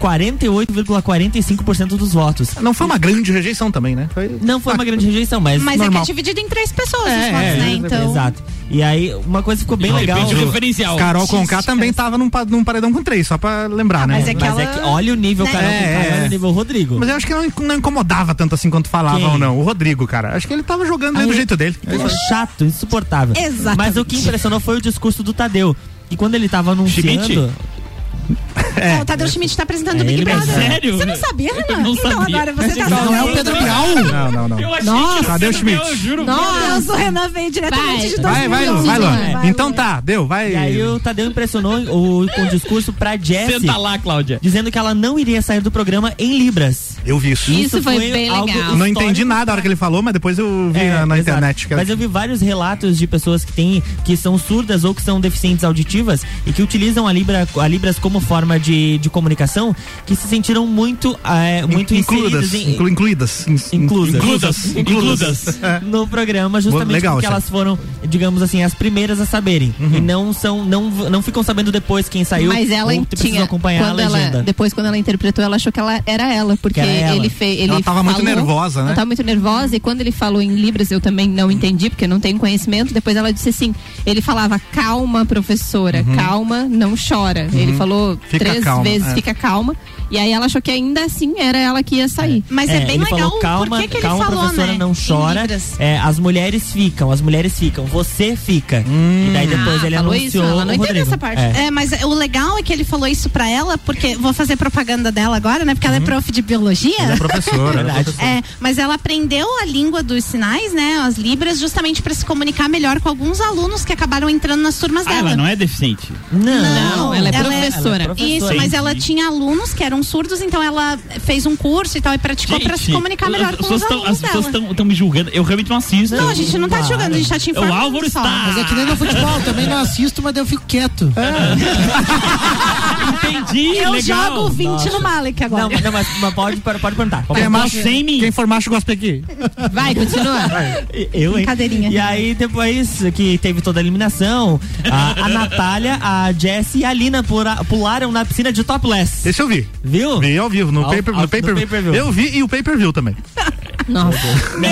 48,45% dos votos.
Não foi uma grande rejeição também, né?
Não foi uma grande rejeição, mas.
Mas é que é
normal.
dividido em três pessoas os
É,
votos,
é,
né? Então.
Exato. E aí, uma coisa ficou bem
Depende
legal.
do referencial. Carol Conká também tava num, pa- num paredão com três, só pra lembrar, né?
mas é que ela- É, olha o nível, Carol Conká, olha o nível Rodrigo.
Mas eu acho que não, não incomodava tanto assim quanto falava
Quem?
ou não. O Rodrigo, cara. Acho que ele tava jogando aí do
Aí,
jeito dele.
ele é chato, insuportável.
Exatamente.
Mas o que impressionou foi o discurso do Tadeu. E quando ele tava anunciando.
Schmidt?
Ó, o Tadeu Schmidt tá apresentando o
É
Big
ele mesmo.
Brother.
Sério?
Você não sabia, Renan?
não
então
sabia.
agora você
Mas
tá
então não é o Pedro Bial?
Não, não, não.
Eu achei que Nossa. ia ser
Cadê o
do
Schmidt?
meu, eu juro
Meu Deus, o Renan veio diretamente
Tá
de 2011.
Vai, vai, Lu, vai, Luan.
Vai,
Então tá, deu, vai.
E aí o Tadeu impressionou o, com o discurso pra
É
Jessie.
tá
assim.
Senta
lá, Cláudia. Dizendo que ela não iria sair do programa em Libras.
Eu vi isso.
Isso Isso foi foi bem algo legal.
Não entendi
histórico, É,
nada a hora que ele falou, mas depois eu vi na, na
exato.
internet. que era-
Mas eu vi vários relatos de pessoas que têm, que são surdas ou que são deficientes auditivas e que utilizam a, Libra, a Libras como forma de, de comunicação, que se sentiram muito, eh, muito
incluídas,
inseridos em-
inclu- incluídas, in-
inclusas.
includas, includas.
no programa
Bom,
justamente
legal,
porque
Thiago.
elas foram, digamos assim, as primeiras a saberem e não são não não ficam sabendo depois quem saiu.
Mas ela
ou precisam
tinha
acompanhar a
quando ela-
legenda.
depois quando ela interpretou, ela achou que ela era ela, porque
Que era ela.
ele fez,
Ela tava muito nervosa, né?
Ela tava muito nervosa e quando ele falou em libras, eu também não entendi, porque eu não tenho conhecimento. Depois ela disse assim, ele falava: "Calma, professora, calma, não chora". Ele
Uhum.
falou
Fica
três
calma,
vezes,
é.
fica calma. E aí ela achou que ainda assim era ela que ia sair.
Mas é, bem
ele
legal
falou, calma,
por que, que ele
calma,
falou,
professora,
né?
não chora. É, as mulheres ficam, as mulheres ficam, você fica. e daí depois
Ah,
ele
falou
anunciou
isso, ela não
o
entendeu
Rodrigo.
essa parte.
É.
É. mas o legal é que ele falou isso pra ela, porque vou fazer propaganda dela agora, né? Porque ela é prof de biologia.
Ela é professora, ela é Verdade. professora.
É, mas ela aprendeu a língua dos sinais, né? As libras, justamente pra se comunicar melhor com alguns alunos que acabaram entrando nas turmas
Ah,
dela.
ela não é deficiente.
Não, ela é professora.
Isso, mas ela tinha alunos que eram surdos, então ela fez um curso e tal e praticou pra se comunicar melhor com os alunos
As pessoas
dela.
estão me julgando. Eu realmente não assisto. É
Não, a gente não tá te julgando, a gente tá te
O
informando
Álvaro
só.
está.
Mas é que nem no futebol, também não assisto, mas daí eu fico quieto.
É
Entendi,
Eu
legal.
jogo 20
Nossa.
no Malek agora.
Não, mas, não, mas, mas pode, pode perguntar. Pode
Quem é
perguntar.
macho- Quem for macho gosta aqui.
Vai, continua.
Eu, hein?
Brincadeirinha.
E aí, depois é que teve toda a eliminação, a, a Natália, a Jessie e a Lina pura- pularam na piscina de topless.
Esse eu vi.
Viu?
Vi ao vivo, no
Ao-
pay-per-
ao-
no pay-per-
no pay-per-view.
Eu vi e o pay-per-view também.
Meu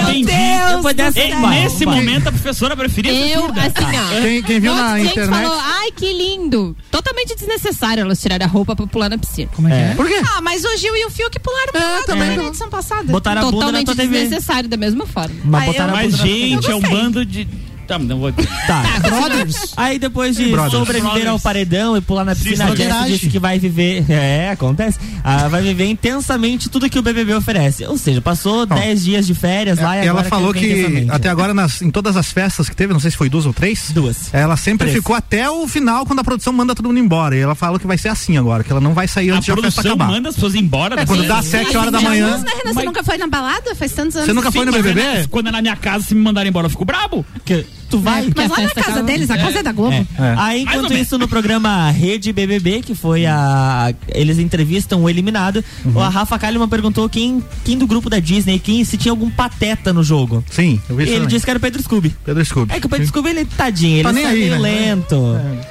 Entendi.
Deus
Depois
do
dessa,
céu.
vamos embora,
Nesse
vamos embora.
momento, a professora preferia ser
Eu,
surda.
assim, ó.
Quem- quem viu
um monte
na
de gente
internet-
falou, ai, que lindo. Totalmente desnecessário elas tirarem a roupa pra pular na piscina.
Como é que é?
Por quê?
Ah, mas o Gil e o Fio que pularam pra lá
também.
também na edição passada.
Botaram a bunda na
Totalmente
tua TV.
desnecessário, da mesma forma.
Mas botaram a
Mas,
bunda na
gente,
frente.
é um bando de. Tá, não vou.
Tá. Brothers. Aí depois de
Brothers.
sobreviver
Brothers.
ao paredão e pular na piscina, a Jessie
Broderagem.
disse que vai viver. É, acontece. Ah, vai viver intensamente tudo que o BBB oferece. Ou seja, passou 10 dias de férias
É,
lá e
É, ela
agora
falou
quer
que
viver intensamente.
até agora nas, em todas as festas que teve, não sei se foi duas ou três.
Duas.
Ela sempre
Três.
ficou até o final quando a produção manda todo mundo embora. E ela falou que vai ser assim agora, que ela não vai sair
A
antes de a festa
produção
acabar.
manda as pessoas embora.
É,
da
quando
sala.
dá sete horas da manhã.
Né, Renan, você nunca foi na balada? Faz tantos anos.
Você nunca foi no
Sim, mas
BBB?
é- Quando é na minha casa, se me mandarem embora, eu fico brabo. É,
tu vai.
Mas lá na casa deles, a casa é da Globo.
Aí,
Mais ou
enquanto
menos.
isso, no programa Rede BBB, que foi a. Eles entrevistam o eliminado. A Rafa Kalimann perguntou quem, quem do grupo da Disney, quem se tinha algum pateta no jogo.
Sim, eu
E
vi isso
ele
também.
disse que era o Pedro Scooby.
Pedro Scooby.
É que o Pedro Scooby, ele tadinho, ele
Tá nem
é
aí,
meio
né?
lento.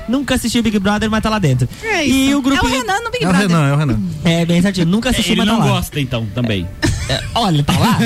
Nunca assistiu Big Brother, mas tá lá dentro.
É
E
isso.
o grupo.
É o Renan no Big
É o
Brother.
Renan, é o Renan.
É, bem certinho. Nunca assistiu,
Ele
mas tá
não
lá.
gosta, então, também.
É, Olha, tá lá.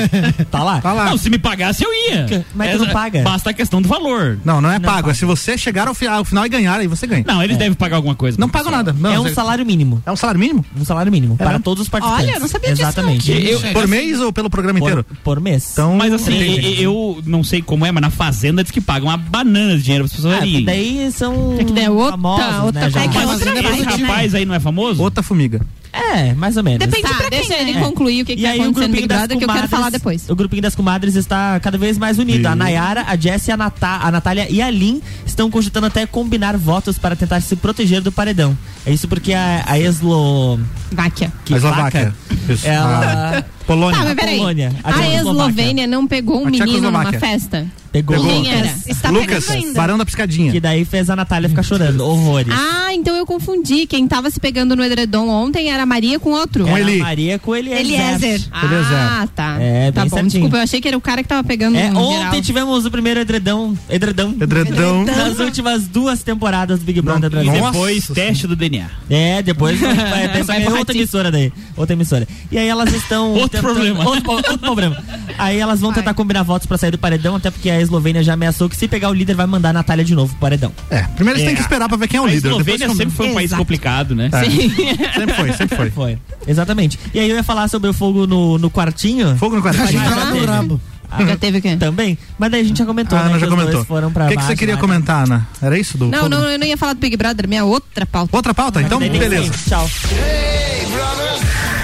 tá lá. Tá
Não, se me pagasse, eu ia.
Mas tu não
Essa-
paga.
Basta a questão do valor.
Não, não é pago. É se você chegar ao, fi- ao final e ganhar, aí você ganha.
Não, eles devem pagar alguma coisa.
Não pagam nada. Não,
é um
você-
salário mínimo.
É um salário mínimo?
Um salário mínimo. Para
mesmo?
todos os participantes.
Olha, eu não sabia disso, não.
Exatamente.
Eu-
Por mês ou pelo programa
É, assim. Por-
inteiro?
Por mês.
Então,
Mas assim, e- e- eu, não sei como é, mas na fazenda diz que pagam uma banana de dinheiro pra pessoas
Ah,
ali.
daí são.
É que daí é outra-
famosos,
outra
né, já.
coisa.
Mas
outra
esse
vibe, É, né?
rapaz aí não é famoso?
Outra formiga.
É, mais ou menos.
Depende pra quem, Tá, deixa ele
né?
concluir o que, que tá acontecendo no Big Brother, que eu quero falar depois.
O grupinho das comadres está cada vez mais unido. A Nayara, a Jessie, a, Natá, a Natália e a Lin estão cogitando até combinar votos para tentar se proteger do paredão. É isso porque a, a Eslo.
Váquia.
Que
A Eslováquia.
vaca,
Isso.
Ela.
Polônia.
Tá, mas peraí.
Polônia. A
A Eslovênia não pegou um
A
menino numa
Tchecoslováquia.
festa?
Pegou.
Quem era? Está
Lucas,
pegando ainda.
Barão da Piscadinha. Que daí fez a Natália ficar chorando. Horrores.
Ah, então eu confundi. Quem tava se pegando no edredom ontem era a Maria com outro.
Era a Maria com Eliezer.
Eliezer. Ah, tá.
É,
tá
bem
bom,
certinho.
desculpa. Eu achei que era o cara que tava pegando
É,
no
ontem
Hum, geral.
tivemos o primeiro edredão. Edredão.
Edredom.
Nas últimas duas temporadas do Big Brother
E
Brasil.
depois, teste do DNA.
É, depois vai até
Vai
ganhar
pro
outra emissora daí. Outra emissora. E aí elas estão.
Outro
tentando-
problema.
Outro, po- outro problema. Aí elas vão tentar combinar votos pra sair do paredão, até porque a Eslovênia já ameaçou que se pegar o líder vai mandar a Natália de novo pro paredão.
É, primeiro eles têm que esperar pra ver quem é o
a
líder, depois
Eslovênia
combina.
sempre foi um país
Exato.
complicado, né?
É.
assim.
Sempre foi, sempre foi.
Exatamente. E aí eu ia falar sobre o fogo no, no quartinho. Fogo
no quartinho.
tá
Fogo tá no brabo.
Já teve o quê?
Ah, Também. Mas daí a gente já comentou,
Ah,
né?
Ana já
que os dois
comentou.
foram pra
O que, que você
baixo,
queria
né?
comentar, Ana? Era isso
tá
do.
Não,
fogo?
não, eu não ia falar do Big Brother, minha outra pauta.
Outra pauta? Então,
Daí tem que
beleza.
ser.
Tchau.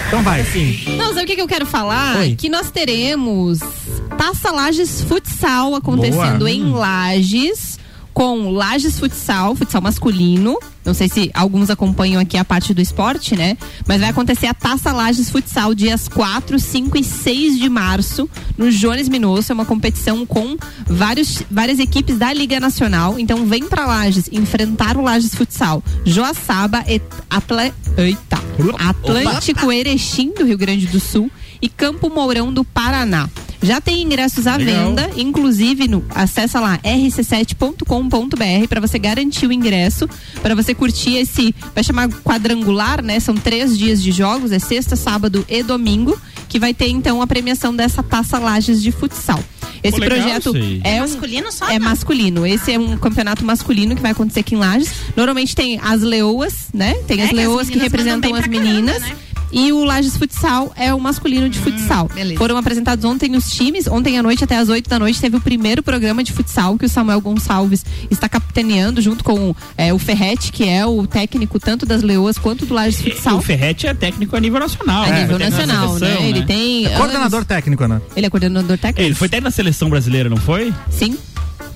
Então vai.
Não, sabe o que, que eu quero falar?
Oi.
Que nós teremos Taça Lages Futsal acontecendo
Boa.
em Lages. Com Lages Futsal, futsal masculino. Não sei se alguns acompanham aqui a parte do esporte, né? Mas vai acontecer a Taça Lages Futsal dias 4, 5 e 6 de março, no Jones Minosso. É uma competição com vários, várias equipes da Liga Nacional. Então vem pra Lages enfrentar o Lages Futsal. Joaçaba, et, atle, eita, Atlântico Erechim, do Rio Grande do Sul, e Campo Mourão, do Paraná. Já tem ingressos à
Legal.
venda, inclusive no acessa lá rc7.com.br para você garantir o ingresso, para você curtir esse, vai chamar quadrangular, né? São três dias de jogos, é sexta, sábado e domingo, que vai ter então a premiação dessa Taça Lages de Futsal. Esse
Pô, legal isso
projeto
aí.
é
É
um-
masculino só,
É
né?
masculino. Esse é um campeonato masculino que vai acontecer aqui em Lages. Normalmente tem as leoas, né? Tem
É,
as
que as
leoas que,
meninas
representam as
mandam bem pra né?
meninas. E o Lages Futsal é o masculino
Ah,
de futsal. Foram apresentados ontem os times. Ontem à noite, até às 8 da noite, teve o primeiro programa de futsal que o Samuel Gonçalves está capitaneando junto com é, o Ferrete, que é o técnico tanto das Leoas quanto do Lages Futsal.
O Ferretti é técnico a nível nacional.
A
né?
nível
Foi técnico na
nacional, né?
seleção,
Ele tem
É
anos-
técnico, né?
Ele é coordenador técnico?
Ele foi técnico na seleção brasileira, não foi?
Sim.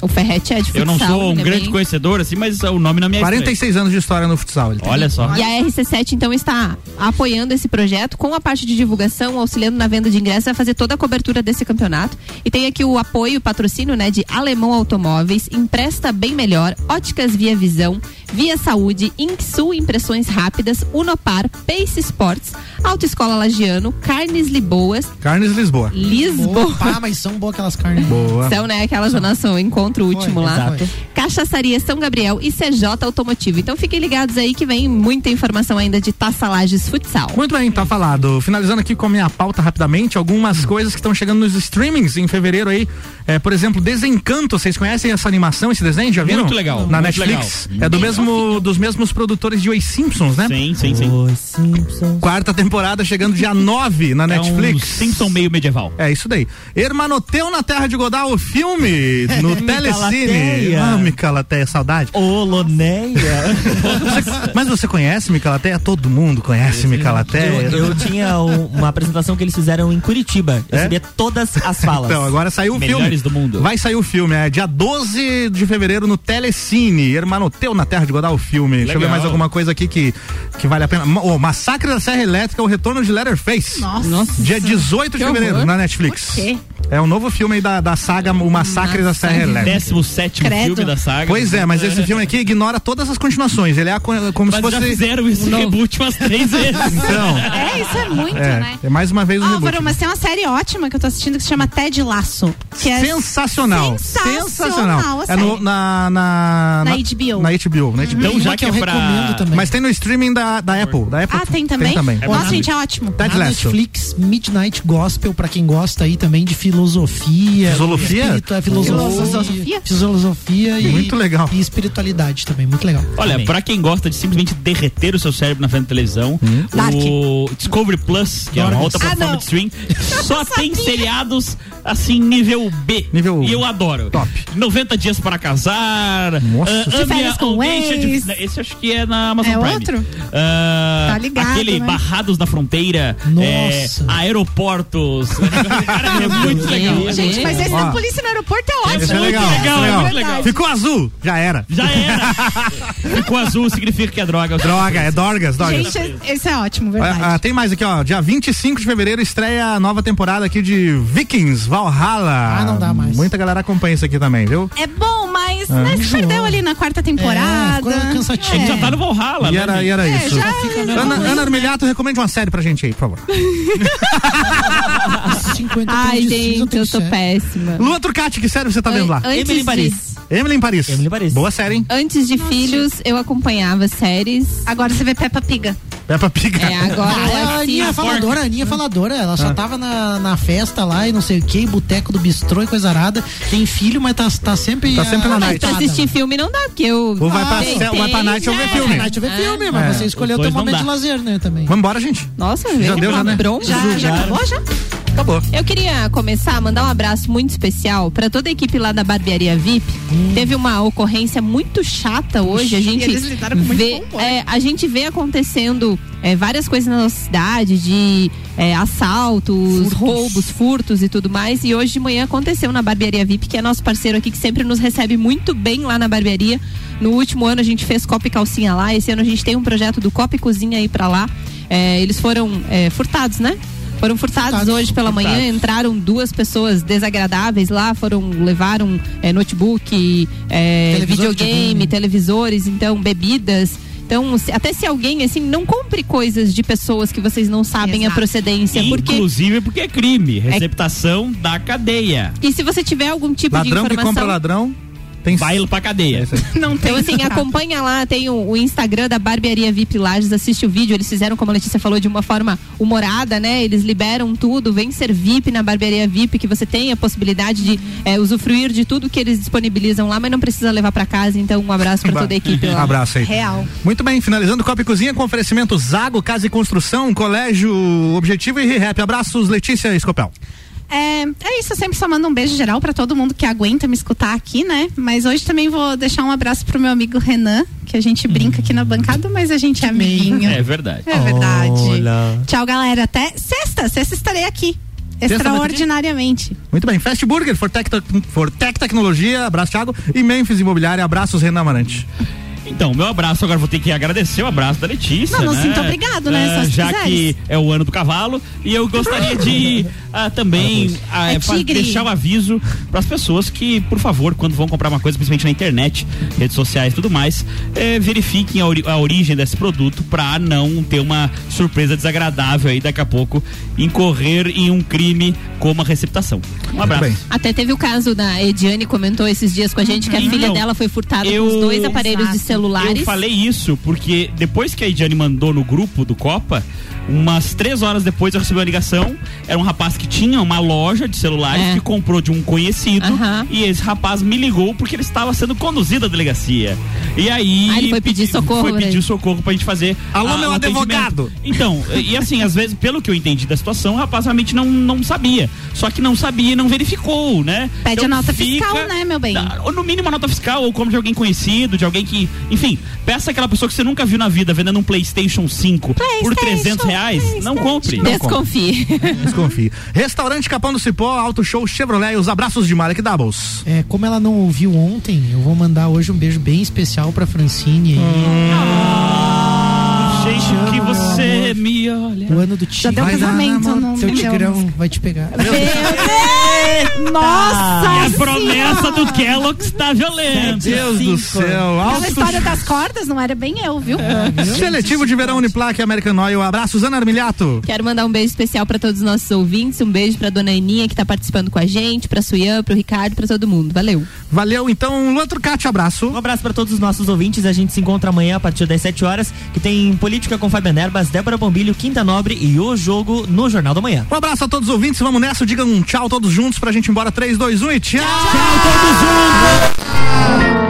O Ferrete é de futsal.
Eu não sou um
ele é
grande
bem-
conhecedor, assim, mas o nome não me é estranho.
46 anos de história no futsal. Ele tem.
Olha só.
E a RC7 então está apoiando esse projeto com a parte de divulgação, auxiliando na venda de ingressos, vai fazer toda a cobertura desse campeonato. E tem aqui o apoio, o patrocínio, né, de Alemão Automóveis, Empresta Bem Melhor, Óticas Via Visão, Via Saúde, Inxul Impressões Rápidas, Unopar, Pace Sports, Autoescola Lagiano, Carnes Liboas,
Carnes Lisboa.
Lisboa.
Opa, mas são boas aquelas carnes.
Boa.
São, né, aquelas do nosso encontro último lá. Cachaçaria São Gabriel e CJ Automotivo. Então fiquem ligados aí que vem muita informação ainda de Taça Lages Futsal.
Muito bem, tá falado. Finalizando aqui com a minha pauta rapidamente, algumas coisas que estão chegando nos streamings em fevereiro aí. É, por exemplo, Desencanto, vocês conhecem essa animação, esse desenho? Já viram?
Muito legal, muito
Na Netflix.
legal.
É do
Bem
mesmo, dos mesmos produtores de Os Simpsons, né?
Sim, sim, sim.
Quarta temporada chegando dia 9 na Netflix. Simpson
É um meio medieval.
É isso daí. Hermanoteu na Terra de Godal, o filme no
Me
Telecine.
calateia.
Ah, Micalateia, saudade.
Oloneia.
Você- mas você conhece Micalateia? Todo mundo conhece Micalateia.
Eu, eu tinha um- uma apresentação que eles fizeram em Curitiba. Eu
É?
sabia todas as falas.
Então, agora saiu o
Melhores
filme.
do mundo.
Vai sair o filme, é dia 12 de fevereiro no Telecine. Hermanoteu na Terra de Godal, o filme. Deixa eu ver
Legal.
mais alguma coisa aqui que, que vale a pena. Ma- O Massacre da Serra Elétrica, o retorno de Leatherface.
Nossa.
Dia 18 de
Que
fevereiro
horror.
na Netflix.
Por quê?
É um novo filme aí da, da saga O Massacre da Serra Elétrica.
17 filme da saga.
Pois é, mas esse filme aqui ignora todas as continuações. Ele é a co- como
né? Mas
se fosse.
já fizeram isso
Não.
reboot umas três vezes.
Então.
É, isso é muito,
É,
né?
é mais uma vez um
Álvaro,
reboot.
mas tem uma série ótima que eu tô assistindo que se chama Ted Laço. Que é
Sensacional.
Sensacional,
Sensacional.
a
É no-
série.
na, na,
Na HBO.
Na HBO.
Uhum.
Na HBO.
Então, já Uma que que eu é pra- recomendo também.
Então, Mas tem no streaming da, da Apple. Da Apple
Ah, tem também? Nossa, gente, é ótimo.
tá
Ted
Na
Lasso.
Netflix, Midnight Gospel, pra quem gosta aí também de filosofia.
Filosofia?
espiritu- é, filosofia.
Filosofia?
filosofia e,
Muito legal.
e espiritualidade também, muito legal.
Olha, pra quem gosta de simplesmente derreter o seu cérebro na frente da televisão,
Hum.
o Discovery Plus, que é uma
Dorgas.
outra
Ah,
plataforma
não.
de stream, só tem seriados assim, nível B. Nível e eu adoro. Top. 90 dias para casar. ah, Nossa,
De férias com ex.
Esse acho que é na Amazon
É
Prime.
outro?
Ah,
Tá ligado,
Aquele
né?
Barrados na Fronteira. é, aeroportos. Cara, é muito
muito legal.
Gente, mas esse da
Ó,
polícia no aeroporto é ótimo.
Esse é legal, esse é legal. Ficou azul, já era.
Já era. Ficou azul significa que é droga.
Droga, é dorgas, dorgas.
Gente, esse é ótimo, verdade.
Ah, ah, tem mais aqui, ó. Dia 25 de fevereiro estreia a nova temporada aqui de Vikings Valhalla. Ah, não dá mais. Muita galera acompanha isso aqui também, viu?
É bom, mas
Ah.
né, se perdeu ali na quarta temporada. É,
cansativo.
já tá no Valhalla,
E
né,
era,
gente?
e era
É,
isso.
já fica meio
Ana,
ruim,
Ana
né?
Armiliato, recomende uma série pra gente aí, por favor.
Ai, gente, eu tô péssima.
Lua Turcati, que série você tá vendo lá?
An- antes Emily em Paris. disso.
Emily em Paris. Emily Paris. Boa série, hein?
Antes de filhos, eu acompanhava séries.
Agora você vê Peppa Piga.
Peppa Piga.
É, agora
Ah, é
eu
a Aninha
assisto.
faladora, a Aninha é faladora. Ela
Ah.
só tava na, na festa lá e não sei o que, boteco do bistrô e coisa arada. Tem filho, mas tá, tá sempre.
Tá sempre na
ah,
night.
deitada.
Pra assistir filme não dá, porque eu.
Ou vai pra- vai pra night ou vê filme.
Vai pra night ou vê
É.
filme,
É,
mas você escolheu teu momento de lazer, né, também.
Vambora, gente.
Nossa,
já
eu
deu, já, né?
bronze.
já?
Acabou.
Eu queria começar a mandar um abraço muito especial pra toda a equipe lá da barbearia VIP. Teve uma ocorrência muito chata hoje. A
E
gente
eles lidaram com muito
vê,
bom
é, a gente vê acontecendo é, várias coisas na nossa cidade de é, assaltos, roubos, furtos e tudo mais. E hoje de manhã aconteceu na barbearia VIP, que é nosso parceiro aqui que sempre nos recebe muito bem lá na barbearia. No último ano a gente fez copa e calcinha lá. Esse ano a gente tem um projeto do copa e cozinha aí pra lá. É, eles foram é, furtados, né? Foram furtados, hoje pela manhã, entraram duas pessoas desagradáveis lá, foram, levaram é, notebook, é,
Televisor,
videogame, televisores, então, bebidas. Então, se- até se alguém, assim, não compre coisas de pessoas que vocês não sabem a procedência, porque...
Inclusive porque é crime. Receptação da cadeia.
E se você tiver algum tipo de
Ladrão que
informação...
compra
ladrão, tem
bailo pra cadeia.
Não
Então, assim, acompanha lá, tem o, o Instagram da Barbearia VIP Lages, assiste o vídeo. Eles fizeram, como a Letícia falou, de uma forma humorada, né? Eles liberam tudo, vem ser VIP na Barbearia VIP, que você tem a possibilidade de eh, usufruir de tudo que eles disponibilizam lá, mas não precisa levar pra casa. Então, um abraço pra toda a equipe lá.
Abraço aí. Muito bem, finalizando Copa e Cozinha com oferecimento Zago, Casa e Construção, Colégio Objetivo e Rehap. Abraços, Letícia Escopel.
É, é isso, eu sempre só mando um beijo geral pra todo mundo que aguenta me escutar aqui, né? Mas hoje também vou deixar um abraço pro meu amigo Renan, que a gente brinca aqui na bancada, mas a gente é amiguinho.
É verdade.
É verdade.
Olha.
Tchau, galera. Até sexta. Sexta estarei aqui.
Sexta vai ter
Extraordinariamente.
Muito bem, Fast Burger, Fortec, Fortec Tecnologia, abraço Thiago e Memphis Imobiliária, abraços Renan Amarante.
Então, meu abraço, agora vou ter que agradecer o abraço da Letícia.
Não, não
né?
sinto obrigado, né?
Ah,
Só se
já
quiseres.
que é o ano do cavalo. E eu gostaria de ah, também ah,
É
fa-
tigre.
deixar um aviso para as pessoas que, por favor, quando vão comprar uma coisa, principalmente na internet, redes sociais e tudo mais, eh, verifiquem a, ori- a origem desse produto para não ter uma surpresa desagradável aí daqui a pouco incorrer em um crime como a receptação. Um abraço.
Até teve o caso da Ediane, comentou esses dias com a gente, que a
Uhum.
filha
Então,
dela foi furtada
eu-
com os dois aparelhos de celulares.
Eu falei isso porque depois que a Ediane mandou no grupo do Copa, umas três horas depois eu recebi uma ligação. Era um rapaz que tinha uma loja de celulares
É.
que comprou de um conhecido.
Aham.
E esse rapaz me ligou porque ele estava sendo conduzido à delegacia. E aí.
Ah, ele foi pedir
pedi-
socorro,
Foi
né?
pedir socorro pra gente fazer.
Alô,
ah,
meu
o atendimento.
advogado!
Então, e assim, às vezes, pelo que eu entendi da situação, o rapaz realmente não, não sabia. Só que não sabia e não verificou, né?
Pede
Então
a nota fiscal,
fica-
né, meu bem?
Dá- ou no mínimo uma nota fiscal, ou como de alguém conhecido, de alguém que. Enfim, peça aquela pessoa que você nunca viu na vida vendendo um PlayStation 5 por 300 reais. Não compre. Não compre.
Desconfie.
Desconfie. Restaurante Capão do Cipó, Auto Show Chevrolet e os abraços de Malek Doubles.
É, como ela não ouviu ontem, eu vou mandar hoje um beijo bem especial pra Francine aí.
Hum.
Do jeito que você me olha.
O ano do Tigre.
Já deu um casamento, não
Seu
me deu.
tigrão vai te pegar.
Nossa!
E a promessa do Kellogg está violenta.
Meu Deus do céu,
Aquela
assim,
Auto
história das cordas não era bem eu, viu?
Seletivo de Verão Uniplac e American Oil, abraços Ana Armiliato.
Quero mandar um beijo especial pra todos os nossos ouvintes, um beijo pra dona Aninha que tá participando com a gente, pra Suyan, pro Ricardo, pra todo mundo. Valeu.
Valeu, então, Luan Turcati, abraço.
Um abraço para todos os nossos ouvintes. A gente se encontra amanhã a partir das 7 horas, que tem Política com Fabiana Erbas, Débora Bombilho, Quinta Nobre e o jogo no Jornal da Manhã.
Um abraço a todos os ouvintes, vamos nessa, um digam um tchau todos juntos pra gente ir embora. 3, 2, 1 e tchau!
Todos juntos.